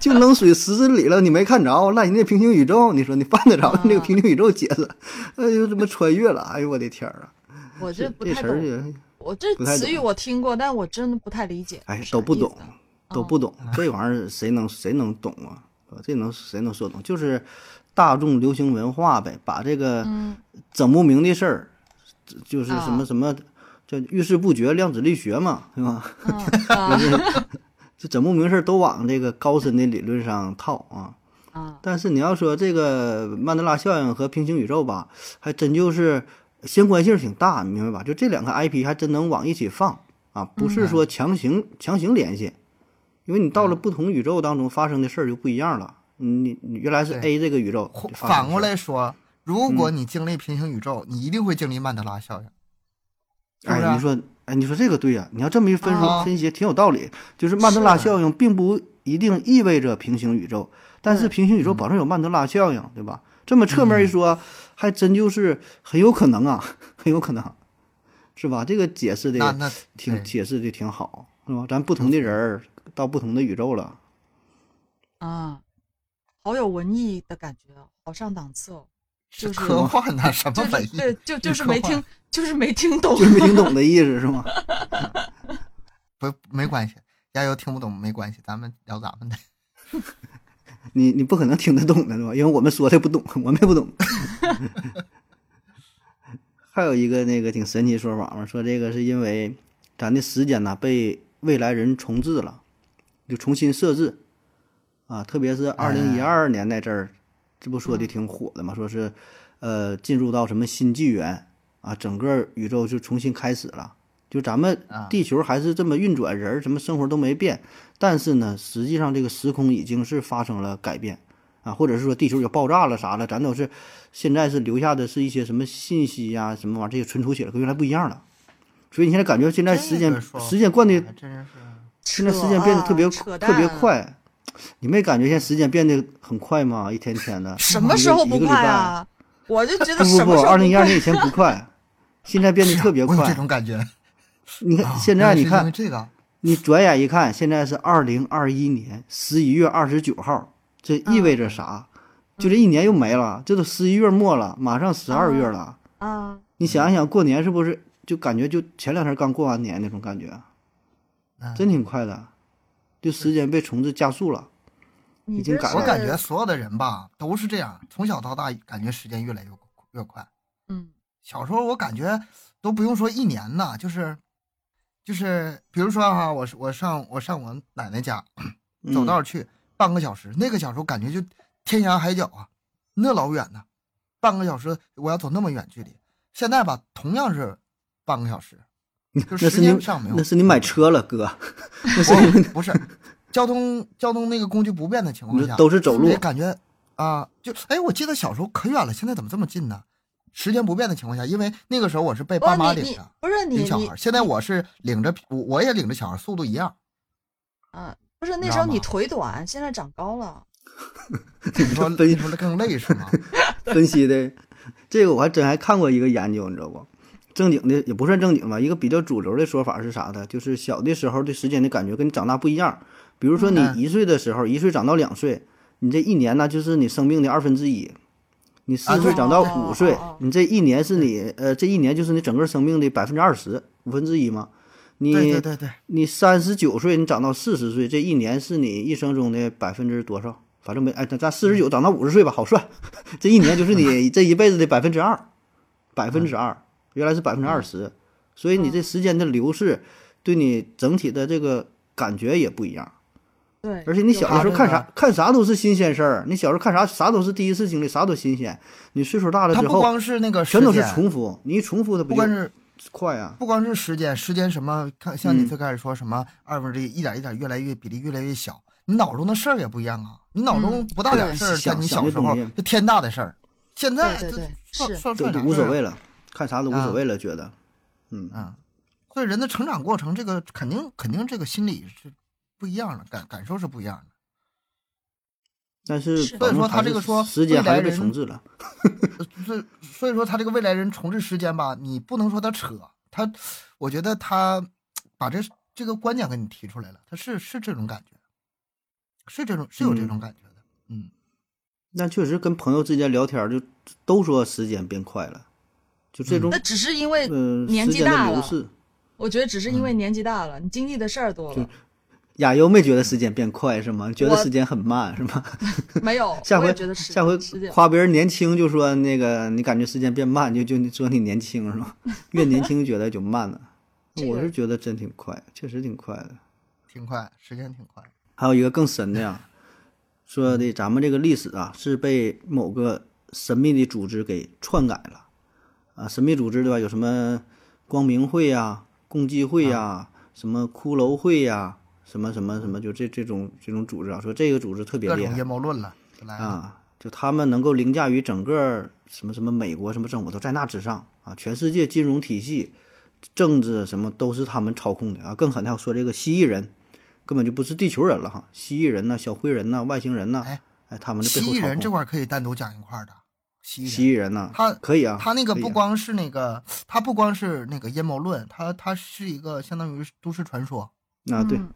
Speaker 1: 就扔水池子里了，你没看着，赖你那平行宇宙，你说你犯得着那个平行宇宙解释？哎呦，怎么穿越了？哎呦，我的天儿啊！
Speaker 3: 我这
Speaker 1: 这
Speaker 3: 不
Speaker 1: 这
Speaker 3: 太
Speaker 1: 词儿
Speaker 3: 懂，
Speaker 1: 也
Speaker 3: 我这
Speaker 1: 不太
Speaker 3: 词语
Speaker 1: 懂
Speaker 3: 我听过，但我真的不太理解。
Speaker 1: 哎
Speaker 3: 啥
Speaker 1: 都不
Speaker 3: 意思啊
Speaker 1: 懂，都不懂，这玩意儿谁能谁能懂啊？呃这能谁能说懂？就是大众流行文化呗，把这个整不明的事儿，就是什么
Speaker 3: 啊
Speaker 1: 什么叫遇事不决，量子力学嘛，对吧？
Speaker 3: 嗯啊
Speaker 1: 这 整不明事儿都往这个高深的理论上套啊。
Speaker 2: 嗯
Speaker 3: 啊
Speaker 1: 但是你要说这个曼德拉效应和平行宇宙吧，还真就是相关性挺大，你明白吧？就这两个 IP 还真能往一起放啊，不是
Speaker 2: 嗯
Speaker 1: 说强行、强行联系，因为你到了不同宇宙当中发生的事儿就不一样了。你你原来是
Speaker 2: 对
Speaker 1: A 这个宇宙，就发生
Speaker 2: 反过
Speaker 1: 事儿
Speaker 2: 来说，如果
Speaker 1: 嗯
Speaker 2: 你经历平行宇宙，你一定会经历曼德拉效应，是不是
Speaker 1: 哎，你说，哎，你说这个对呀、你要这么一分析、
Speaker 2: 啊
Speaker 1: 分析，挺有道理。就是曼德拉
Speaker 2: 是啊
Speaker 1: 效应并不一定意味着平行宇宙，但是
Speaker 3: 对
Speaker 1: 平行
Speaker 2: 嗯
Speaker 1: 宇宙保证有曼德拉效应，对吧？这么侧面一说，还真就是很有可能啊， 很有可能，是吧？这个解释
Speaker 2: 那
Speaker 1: 的
Speaker 2: 那
Speaker 1: 挺
Speaker 2: 对
Speaker 1: 解释的挺好，是吧？咱不同的人儿到不同的宇宙了，
Speaker 3: 啊，好有文艺的感觉哦，好上档次哦。就是
Speaker 2: 科幻 呐，什么
Speaker 3: 就是
Speaker 2: 文艺？
Speaker 3: 对，就就是
Speaker 2: 科
Speaker 3: 没
Speaker 2: 幻
Speaker 3: 听，就是没听懂
Speaker 1: 就。是没听懂的意思是吗？
Speaker 2: 不没关系，加油听不懂没关系，咱们聊咱 们的。
Speaker 1: 你你不可能听得懂的，对吧？因为我们说的不懂，我们也不懂。 还有一个那个挺神奇的说法嘛，说这个是因为咱的时间呐被未来人重置了，就重新设置啊，特别是二零一二年那阵儿，这不说的挺火的嘛，说是呃进入到什么新纪元啊，整个宇宙就重新开始了。就咱们
Speaker 2: 啊
Speaker 1: 地球还是这么运转，人儿什么生活都没变，但是呢，实际上这个时空已经是发生了改变啊，或者是说地球也爆炸了啥了，咱都是现在是留下的是一些什么信息呀、什么玩意儿，这些存储起来跟原来不一样了。所以你现在感觉现在时间
Speaker 2: 这个说
Speaker 1: 时间惯的
Speaker 2: 还真是
Speaker 1: 现在时间变得特别、
Speaker 3: 啊扯啊扯
Speaker 1: 特别
Speaker 3: 淡
Speaker 1: 快，你没感觉现在时间变得很快吗？一天天的，
Speaker 3: 什么时候不
Speaker 1: 一个
Speaker 3: 快？啊？我就觉
Speaker 1: 一个
Speaker 3: 得
Speaker 1: 礼
Speaker 3: 什
Speaker 1: 拜不
Speaker 3: 么
Speaker 1: 不不，
Speaker 3: 时候
Speaker 1: 二
Speaker 3: 不
Speaker 1: 零一二
Speaker 3: 快
Speaker 1: 年以前不快，现 在变得 特别
Speaker 2: 啊我有这
Speaker 1: 快。
Speaker 2: 种 感觉。
Speaker 1: 你
Speaker 2: 啊
Speaker 1: 看现在，你
Speaker 2: 原来是因
Speaker 1: 看
Speaker 2: 为这个
Speaker 1: 你转眼一看，现在是二零二一年十一月二十九号，这意味
Speaker 2: 嗯
Speaker 1: 着啥？就这一年又没了，这都十一月末了，马上十二月了。
Speaker 2: 嗯
Speaker 3: 啊？
Speaker 1: 你想一想，过年是不是就感觉就前两天刚过完年那种感觉？
Speaker 2: 嗯
Speaker 1: 真挺快的，就时间被重置加速了。
Speaker 3: 你
Speaker 1: 已经
Speaker 3: 这
Speaker 1: 赶
Speaker 3: 是
Speaker 1: 上
Speaker 2: 我感觉所有的人吧都是这样，从小到大感觉时间越来越越快。
Speaker 3: 嗯
Speaker 2: 小时候我感觉都不用说一年呐，就是就是，比如说哈、我是我上我上我奶奶家
Speaker 1: 嗯
Speaker 2: 走道儿去、半个小时，那个小时候感觉就天涯海角啊，那老远呢、半个小时我要走那么远距离。现在吧，同样是半个小时，就
Speaker 1: 嗯那
Speaker 2: 时
Speaker 1: 是你
Speaker 2: 间上没有，
Speaker 1: 那是你买车了，哥，那是
Speaker 2: 不
Speaker 1: 你
Speaker 2: 不是交通交通那个工具不便的情况
Speaker 1: 你
Speaker 2: 下，
Speaker 1: 都是走路
Speaker 2: 也，感觉啊、就哎，我记得小时候可远了，现在怎么这么近呢？时间不变的情况下，因为那个时候我是被
Speaker 3: 不
Speaker 2: 爸
Speaker 1: 哦
Speaker 3: 是
Speaker 2: 妈
Speaker 3: 你
Speaker 2: 领
Speaker 3: 你
Speaker 2: 着
Speaker 3: 不是你
Speaker 2: 领小
Speaker 3: 你
Speaker 2: 孩，现在我是领着我我也领着小孩，速度 一样。
Speaker 3: 啊，不是
Speaker 2: 你
Speaker 3: 那
Speaker 2: 知
Speaker 3: 时候
Speaker 2: 道
Speaker 3: 你
Speaker 2: 吗
Speaker 3: 腿短，现在长高了。
Speaker 2: 你说
Speaker 1: 对
Speaker 2: 你说更累 是吗？
Speaker 1: 分析的，这个我还真还看过一个研究，你知道不？正经的也不算正经吧，一个比较主流的说法是啥的？就是小的时候的时间的感觉跟你长大不一样。比如说你
Speaker 2: 嗯
Speaker 1: 一岁的时候，一岁长到两岁，你这一年呢就是你生命的二分之一。你四
Speaker 2: 啊
Speaker 1: 岁
Speaker 2: 对
Speaker 1: 长到
Speaker 3: 哦
Speaker 1: 五岁
Speaker 3: 哦哦，
Speaker 1: 你这一年是你呃这一年就是你整个生命的百分之二十，五分之一嘛。你
Speaker 2: 对对对对，
Speaker 1: 你三十九岁，你长到四十岁，这一年是你一生中的百分之多少？反正没哎，咱咱四十九长到五十岁吧，好算， 这一年就是 你这一辈子的百分之二，百分之
Speaker 2: 嗯
Speaker 1: 二，原来是百分之二十，所以你这时间的流逝，对你整体的这个感觉也不一样。
Speaker 3: 对，
Speaker 1: 而且你
Speaker 3: 有
Speaker 1: 小的时候看
Speaker 2: 他那个
Speaker 1: 啥看啥都是新鲜事儿，你小时候看啥啥都是第一次经历，啥都新鲜。你岁数大了
Speaker 2: 它
Speaker 1: 之
Speaker 2: 不
Speaker 1: 后，
Speaker 2: 光是那个时
Speaker 1: 全都是
Speaker 2: 间，
Speaker 1: 重复，你一重复它不
Speaker 2: 不
Speaker 1: 就
Speaker 2: 光是
Speaker 1: 快啊？
Speaker 2: 不光是时间，时间什么，看像你
Speaker 1: 嗯
Speaker 2: 最开始说什么二分之一，一点一点越来越比例越来越小，你脑中的事儿也不一样啊。你脑中
Speaker 3: 嗯
Speaker 2: 不大点事儿，
Speaker 1: 对想
Speaker 2: 像你
Speaker 1: 想
Speaker 2: 小
Speaker 1: 这
Speaker 2: 时候
Speaker 1: 东西
Speaker 2: 就天大的事儿，现在
Speaker 3: 对对
Speaker 2: 这
Speaker 3: 对
Speaker 2: 算
Speaker 3: 是
Speaker 2: 算
Speaker 1: 这
Speaker 2: 算
Speaker 1: 都
Speaker 2: 啥
Speaker 1: 无
Speaker 2: 事
Speaker 1: 所
Speaker 2: 儿啊
Speaker 1: 谓了，看啥都无
Speaker 2: 啊
Speaker 1: 所谓了，觉得，嗯。
Speaker 2: 嗯，所以人的成长过程，这个肯定肯定这个心理是不一样的，感感受是不一样的。
Speaker 1: 但是
Speaker 3: 是
Speaker 1: 反正
Speaker 2: 所以说
Speaker 1: 还
Speaker 2: 他
Speaker 1: 是
Speaker 2: 这个说
Speaker 1: 时间还是
Speaker 2: 未
Speaker 1: 被
Speaker 2: 来人
Speaker 1: 重置了，
Speaker 2: 呃所以所以说他这个未来人重置时间吧，你不能说他扯，他我觉得他把这这个观点给你提出来了，他是是这种感觉，是这种是有这种感觉的，嗯，
Speaker 1: 那确实跟朋友之间聊天儿就都说时间变快了，就
Speaker 2: 嗯
Speaker 1: 这种
Speaker 3: 那只是因为
Speaker 1: 呃
Speaker 3: 年
Speaker 1: 时
Speaker 3: 纪
Speaker 1: 间的
Speaker 3: 大
Speaker 1: 流
Speaker 3: 了
Speaker 1: 逝。
Speaker 3: 我觉得只是因为
Speaker 1: 嗯
Speaker 3: 年纪大了，你经历的事儿多了，
Speaker 1: 亚优没觉得时间变快是吗？觉得
Speaker 3: 我
Speaker 1: 时间很慢是吗？
Speaker 3: 没有。
Speaker 1: 下
Speaker 3: 我
Speaker 1: 回
Speaker 3: 也觉得是
Speaker 1: 下回
Speaker 3: 是这样。
Speaker 1: 夸别人年轻就说那个你感觉时间变慢，就就你说你年轻是吗？ 越年轻觉得就慢了。
Speaker 3: 这
Speaker 1: 我
Speaker 3: 个
Speaker 1: 是觉得真挺快，确实挺快的。
Speaker 2: 挺快，时间挺快，
Speaker 1: 还有一个更深的呀，说的咱们这个历史啊是被某个神秘的组织给篡改了啊，神秘组织对吧？有什么光明会呀、共济会呀、什么骷髅会呀、什么什么什么，就这这种这种组织啊，说这个组织特别
Speaker 2: 各
Speaker 1: 厉
Speaker 2: 种
Speaker 1: 害
Speaker 2: 阴谋论了，就来了，
Speaker 1: 啊，就他们能够凌驾于整个什么什么美国什么政府都在那之上啊，全世界金融体系、政治什么都是他们操控的啊。更狠的要说这个蜥蜴人，根本就不是地球人了哈，蜥蜴人呐、小灰人呐、外星人呐、
Speaker 2: 哎
Speaker 1: 哎，他们的
Speaker 2: 蜥
Speaker 1: 背后
Speaker 2: 蜴人
Speaker 1: 操
Speaker 2: 这
Speaker 1: 控。
Speaker 2: 块儿可以单独讲一块儿的，蜥蜴
Speaker 1: 蜥
Speaker 2: 人，
Speaker 1: 蜴人呐、
Speaker 2: 他
Speaker 1: 可以啊，
Speaker 2: 他那个
Speaker 1: 可以
Speaker 2: 不
Speaker 1: 啊
Speaker 2: 光是那个，他不光是那个阴谋论，他他是一个相当于都市传说，
Speaker 1: 啊， 对，
Speaker 3: 嗯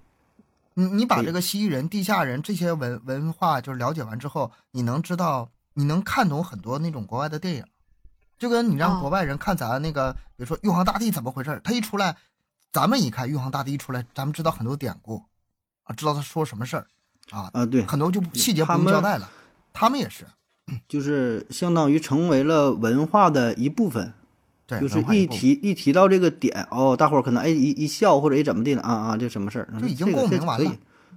Speaker 2: 你你把
Speaker 1: 对
Speaker 2: 这个蜥蜴人、地下人这些文文化就是了解完之后，你能知道，你能看懂很多那种国外的电影，就跟你让
Speaker 3: 哦
Speaker 2: 国外人看咱那个，比如说玉皇大帝怎么回事儿，他一出来，咱们一看玉皇大帝一出来，咱们知道很多典故，啊，知道他说什么事儿，啊，
Speaker 1: 啊对，
Speaker 2: 很多就不细节不
Speaker 1: 他
Speaker 2: 用
Speaker 1: 们
Speaker 2: 交代了。他们也是，
Speaker 1: 就是相当于成为了文化的一部分。
Speaker 2: 对，
Speaker 1: 就是
Speaker 2: 文化
Speaker 1: 一
Speaker 2: 部分
Speaker 1: 提一提到这个点，哦，大伙儿可能哎一一笑或者一怎么地了啊啊，这什么事儿？
Speaker 2: 就已经
Speaker 1: 这个
Speaker 2: 共鸣
Speaker 1: 这
Speaker 2: 完
Speaker 1: 可以
Speaker 2: 了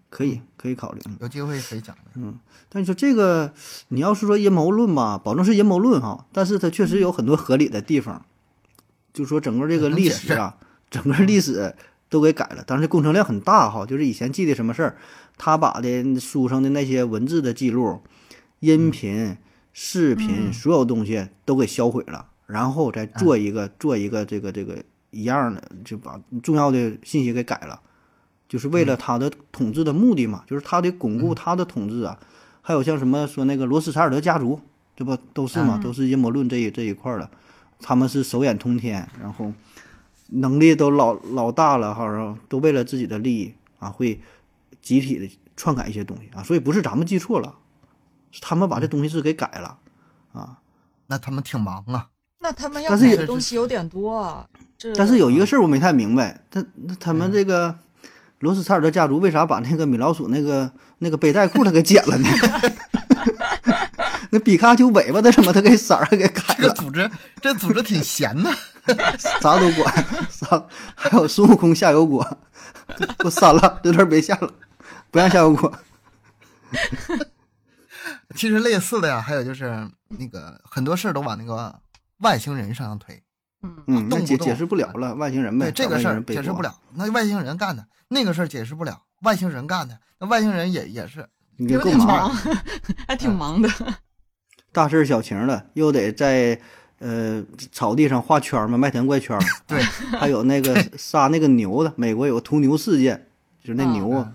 Speaker 1: 可以可以考虑。嗯
Speaker 2: 有机会可以讲一下。
Speaker 1: 但你说这个，你要是说阴谋论吧，保证是阴谋论哈，但是它确实有很多合理的地方。就说整个这个
Speaker 2: 能
Speaker 1: 历
Speaker 2: 解
Speaker 1: 史
Speaker 2: 释
Speaker 1: 啊，整个历史都给改了，当然这工程量很大哈，就是以前记的什么事儿，他把的书上的那些文字的记录、音频、视
Speaker 2: 嗯
Speaker 1: 频，所有东西都给销毁了，然后再做一
Speaker 2: 嗯
Speaker 1: 个做一个这个这个一样的，就把重要的信息给改了。就是为
Speaker 2: 嗯
Speaker 1: 了他的统治的目的嘛，就是他得巩固他的统治啊。还有像什么说那个罗斯柴尔德家族，对吧？都是嘛，都是阴谋论这一这一块儿的，他们是手眼通天，然后能力都老老大了哈，然后都为了自己的利益啊，会集体的篡改一些东西啊。所以不是咱们记错了，是他们把这东西是给改了啊。
Speaker 2: 那他们挺忙啊，
Speaker 3: 那他们要
Speaker 1: 但是
Speaker 3: 改
Speaker 1: 有
Speaker 3: 的东西有点多啊。这
Speaker 1: 但是有一个事儿我没太明白，他那他们这个罗斯柴尔德家族为啥把那个米老鼠那个那个背带裤他给剪了呢？ 那比卡丘尾巴他怎么他给色儿给改
Speaker 2: 这个
Speaker 1: 了？
Speaker 2: 组织这组织挺闲的，
Speaker 1: 啥都管，啥还有孙悟空下油锅，给我删了，这段别下了，不让下油锅。
Speaker 2: 其实类似的呀，还有就是那个很多事儿都往那个外星人身上推。
Speaker 3: 嗯，
Speaker 1: 嗯，那
Speaker 2: 动不
Speaker 1: 解
Speaker 2: 动
Speaker 1: 解释不了了，外星人呗，
Speaker 2: 对这
Speaker 1: 找
Speaker 2: 个
Speaker 1: 外
Speaker 2: 事
Speaker 1: 星
Speaker 2: 儿
Speaker 1: 人背
Speaker 2: 解释
Speaker 1: 锅
Speaker 2: 不。了，那外星人干的那个事儿解释不了，外星人干的，那外星人也也是
Speaker 1: 你这
Speaker 3: 有
Speaker 1: 够
Speaker 3: 点
Speaker 1: 忙的。
Speaker 3: 忙， 还
Speaker 1: 啊
Speaker 3: 挺忙的。
Speaker 1: 大事儿小情儿的，又得在呃草地上画圈儿嘛，麦田怪圈儿。
Speaker 2: 对，
Speaker 1: 还有那个杀那个牛的，美国有个屠牛事件，就是那
Speaker 3: 啊
Speaker 1: 牛啊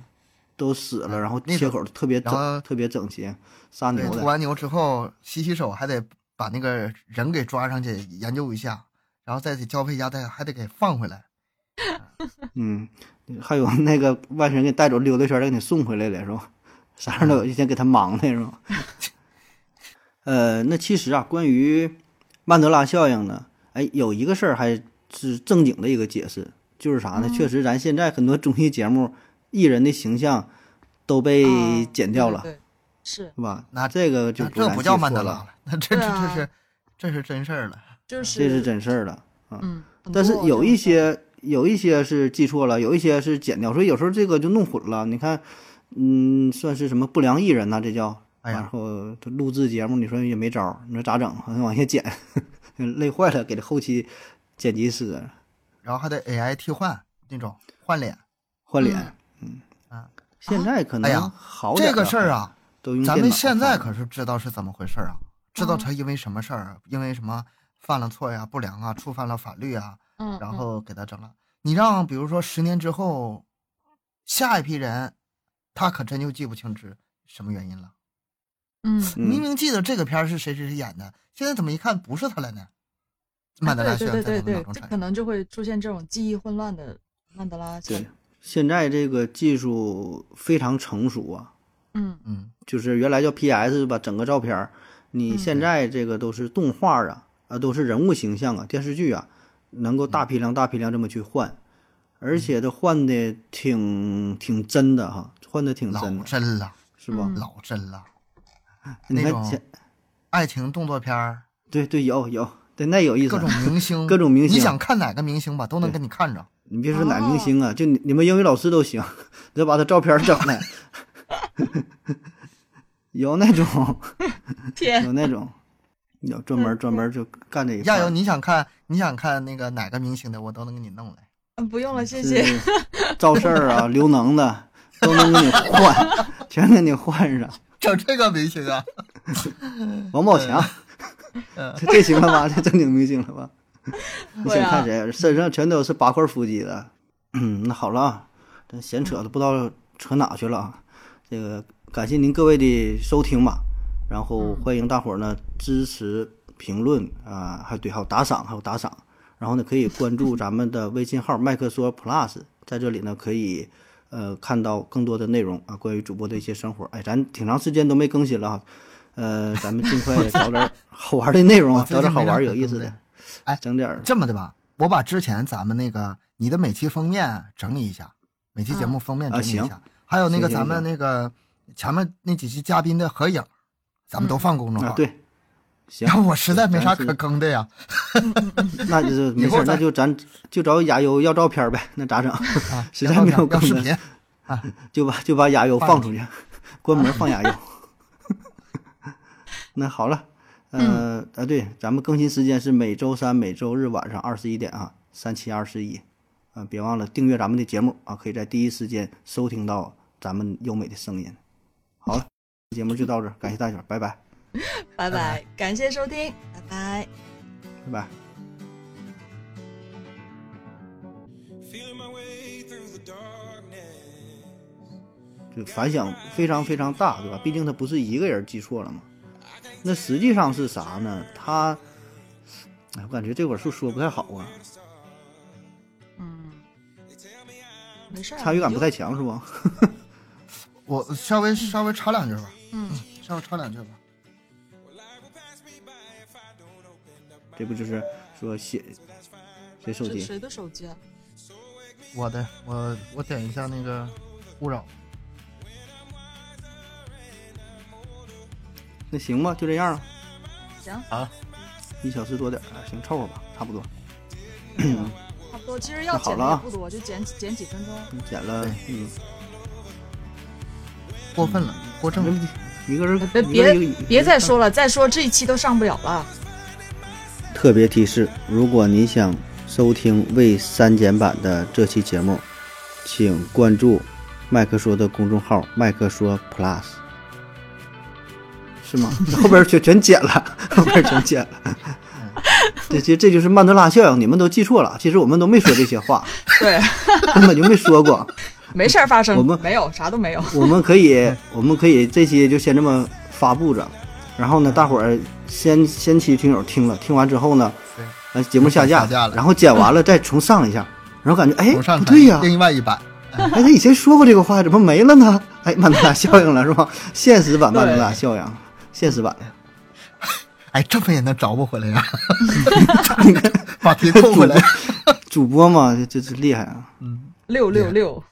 Speaker 1: 都死了，然后
Speaker 2: 嗯那
Speaker 1: 切
Speaker 2: 种
Speaker 1: 口特别
Speaker 2: 然后
Speaker 1: 整，特别整齐，杀
Speaker 2: 对
Speaker 1: 牛
Speaker 2: 屠
Speaker 1: 的。
Speaker 2: 完牛之后洗洗手，还得把那个人给抓上去研究一下，然后再得交配一下，再还得给放回来。
Speaker 1: 嗯，还有 那个外星人给带走溜达一圈儿，再给你送回来了，是吧？ 啥样都有，一天给他忙的是吧？ 呃，那其实啊，关于曼德拉效应呢，哎，有一个事儿还是正经的一个解释，就是啥呢？
Speaker 3: 嗯
Speaker 1: 确实，咱现在很多综艺节目艺人的形象都被
Speaker 3: 啊
Speaker 1: 剪掉了，
Speaker 3: 对，对对是
Speaker 1: 是吧？
Speaker 2: 那
Speaker 1: 这个就
Speaker 2: 那这
Speaker 1: 咱
Speaker 2: 不
Speaker 1: 细
Speaker 2: 叫曼
Speaker 1: 说
Speaker 2: 德拉
Speaker 1: 了，
Speaker 2: 了，那这这
Speaker 3: 对
Speaker 2: 这
Speaker 3: 啊
Speaker 2: 是这是真事儿了。
Speaker 3: 就是
Speaker 1: 啊这是真事儿了。
Speaker 3: 嗯，很
Speaker 1: 但是
Speaker 3: 多
Speaker 1: 有
Speaker 3: 这
Speaker 1: 一
Speaker 3: 种
Speaker 1: 些有一些是记错了，有一些是剪掉，所以有时候这个就弄混了。你看，嗯，算是什么不良艺人呐、这叫。
Speaker 2: 哎呀
Speaker 1: 然后这录制节目，你说也没招儿，你说咋整？往下剪，累坏了，给这后期剪辑师
Speaker 2: 然后还得 AI 替换那种换脸，
Speaker 1: 换脸。
Speaker 3: 嗯
Speaker 2: 啊
Speaker 1: 现在可
Speaker 2: 哎
Speaker 1: 能
Speaker 2: 呀
Speaker 1: 好点
Speaker 2: 这个事儿啊，
Speaker 1: 都用
Speaker 2: 咱
Speaker 1: 电
Speaker 2: 们
Speaker 1: 脑
Speaker 2: 现在
Speaker 1: 看
Speaker 2: 可是知道是怎么回事儿啊，知
Speaker 3: 嗯
Speaker 2: 道他因为什么事儿，因为什么犯了错呀、不良啊、触犯了法律啊，
Speaker 3: 嗯，
Speaker 2: 然
Speaker 3: 嗯
Speaker 2: 后给他整了。你让比如说十年之后，下一批人，他可真就记不清是什么原因了。
Speaker 3: 嗯，
Speaker 2: 明明记得这个片儿是谁谁谁演的，现在怎么一看不是他了呢？曼德拉
Speaker 3: 对
Speaker 2: 效
Speaker 3: 哎对
Speaker 2: 应
Speaker 3: 对
Speaker 2: 在
Speaker 3: 对
Speaker 2: 我们脑中，
Speaker 3: 对这
Speaker 2: 产
Speaker 3: 可
Speaker 2: 生。
Speaker 3: 能就会出现这种记忆混乱的曼德拉效
Speaker 1: 对
Speaker 3: 应。，
Speaker 1: 现在这个技术非常成熟啊，
Speaker 3: 嗯
Speaker 2: 嗯，
Speaker 1: 就是原来叫 PS 吧，整个照片儿，你
Speaker 3: 嗯
Speaker 1: 现在这个都是动画啊，啊都是人物形象啊，电视剧啊，能够大批量大批量这么去换，而且它换的挺挺真的哈，换的挺
Speaker 2: 老
Speaker 1: 真的，
Speaker 2: 真了，
Speaker 1: 是吧？
Speaker 3: 嗯
Speaker 2: 老真了。
Speaker 1: 你
Speaker 2: 那
Speaker 1: 看
Speaker 2: 种
Speaker 1: 前
Speaker 2: 爱情动作片儿，
Speaker 1: 对对有有，对那有意思
Speaker 2: 各
Speaker 1: 啊
Speaker 2: 种，明星，
Speaker 1: 各种明星
Speaker 2: 你想看哪个明星吧，都能
Speaker 1: 对
Speaker 2: 给你看着。
Speaker 1: 你别说哪明星啊，就你你们英语老师都行，得把他照片整来， 有那种
Speaker 3: 天，
Speaker 1: 有那种，有专门专门就干这一块
Speaker 2: 亚
Speaker 1: 儿
Speaker 2: 游，你想看你想看那个哪个明星的，我都能给你弄来。
Speaker 3: 嗯不用了，谢
Speaker 1: 是
Speaker 3: 谢。
Speaker 1: 赵四儿 啊、刘能的都能给你换，全给你换上。
Speaker 2: 整这个明星啊，
Speaker 1: 王宝强，
Speaker 2: 嗯
Speaker 1: 这这行了吧？这正经明星了吧？你
Speaker 3: 对
Speaker 1: 想看
Speaker 3: 啊，
Speaker 1: 谁？身上全都是八块腹肌的。嗯，那好了啊，这闲扯的不知道扯哪去了啊。这个感谢您各位的收听吧，然
Speaker 2: 嗯
Speaker 1: 后欢迎大伙儿呢支持、评论啊，还对，还有打赏，还有打赏。然后呢，可以关注咱们的微信号麦克说 Plus，在这里呢可以呃看到更多的内容啊，关于主播的一些生活。哎，咱挺长时间都没更新了啊，呃，咱们尽 快找点儿好玩的内容啊
Speaker 2: 哦我，最
Speaker 1: 找点儿
Speaker 2: 近
Speaker 1: 好
Speaker 2: 没啥
Speaker 1: 玩儿有
Speaker 2: 可
Speaker 1: 意
Speaker 2: 更
Speaker 1: 思
Speaker 2: 的
Speaker 1: 的，
Speaker 2: 哎
Speaker 1: 整点儿
Speaker 2: 这么的吧，我把之前咱们那个你的每期封面整理一下，每期节目封面整理一
Speaker 1: 啊
Speaker 2: 下，还有那个
Speaker 1: 行行
Speaker 2: 咱们
Speaker 1: 行
Speaker 2: 那个前面那几期嘉宾的合影，咱们都放公众
Speaker 1: 啊
Speaker 2: 号。，
Speaker 1: 对，行
Speaker 2: 然。后 我实在没啥
Speaker 1: 咱是
Speaker 2: 可更 的呀，
Speaker 1: 那就是没 事
Speaker 2: 以后
Speaker 1: 儿，
Speaker 2: 再
Speaker 1: 那就咱就找亚优要照片儿呗，那咋整？
Speaker 2: 啊，
Speaker 1: 实
Speaker 2: 要
Speaker 1: 在
Speaker 2: 照
Speaker 1: 没
Speaker 2: 片
Speaker 1: 有
Speaker 2: 要
Speaker 1: 更
Speaker 2: 视
Speaker 1: 的
Speaker 2: 频，
Speaker 1: 就把就把亚优
Speaker 2: 放
Speaker 1: 放
Speaker 2: 出
Speaker 1: 出去，关门放亚优。 那好了，
Speaker 2: 嗯
Speaker 1: 呃、啊对，咱们更新时间是每周三、每周日晚上二十一点啊，三七二十一，啊，别忘了订阅咱们的节目啊，可以在第一时间收听到咱们优美的声音。好了，节目就到这儿，感谢大家，拜拜，
Speaker 3: 拜
Speaker 2: 拜
Speaker 3: 拜，感谢收听，拜拜。
Speaker 1: 拜拜。
Speaker 4: Feeling my way through the darkness.
Speaker 1: 就反响非常非常大，对吧？毕竟他不是一个人记错了嘛。那实际上是啥呢？他，哎，我感觉这会儿数说不太好啊，
Speaker 3: 嗯，没事儿，
Speaker 1: 参与感不太强是吧？
Speaker 2: 我稍微稍微插两句吧，
Speaker 3: 嗯，
Speaker 2: 稍微插两句吧。
Speaker 1: 这不就是说写谁手
Speaker 3: 是
Speaker 1: 机？
Speaker 3: 谁的手机啊？
Speaker 2: 我的，我我点一下那个勿扰，
Speaker 1: 那行吧，就这样了，
Speaker 3: 行，
Speaker 1: 一小时多点儿，哎行，凑合吧，差不多。
Speaker 3: 差不多。其实要
Speaker 1: 那好
Speaker 3: 剪
Speaker 1: 了
Speaker 3: 的也
Speaker 1: 啊
Speaker 3: 不多，就剪剪几分钟。
Speaker 1: 剪了，嗯，
Speaker 2: 过分了，过正
Speaker 1: 这
Speaker 2: 了。
Speaker 1: 嗯哎不一个人
Speaker 3: 呃别
Speaker 1: 一个人一
Speaker 3: 别
Speaker 1: 个
Speaker 3: 别再说了，再说这一期都上不了了。
Speaker 1: 特别提示：如果你想收听未删减版的这期节目，请关注麦克说的公众号“麦克说 Plus”。是吗？ 后边全全剪了， 后边全剪了。 这这这就是曼德拉效应，你们都记错了。其实我们都没说这些话，
Speaker 3: 对，
Speaker 1: 根本就没说过。
Speaker 3: 没事儿发生，
Speaker 1: 我们
Speaker 3: 没有啥都没有。
Speaker 1: 我们可以，我们可以这期就先这么发布着，然后
Speaker 2: 嗯
Speaker 1: 呢，大伙儿先先期听友听了，听完之后呢
Speaker 2: 对，
Speaker 1: 呃，节目下架，
Speaker 2: 下架了
Speaker 1: 然后剪完了再重上一下，然后感觉哎
Speaker 2: 从上
Speaker 1: 不
Speaker 2: 看
Speaker 1: 对呀、
Speaker 2: 另外一版，
Speaker 1: 哎，他以前说过这个话，怎么没了呢？哎，曼德拉效应了是吧？现实版曼德拉效应，现实版
Speaker 2: 哎，这么也能找不回来呀、 把题扣回来。
Speaker 1: 主播嘛，这这厉害啊！
Speaker 3: 六六六。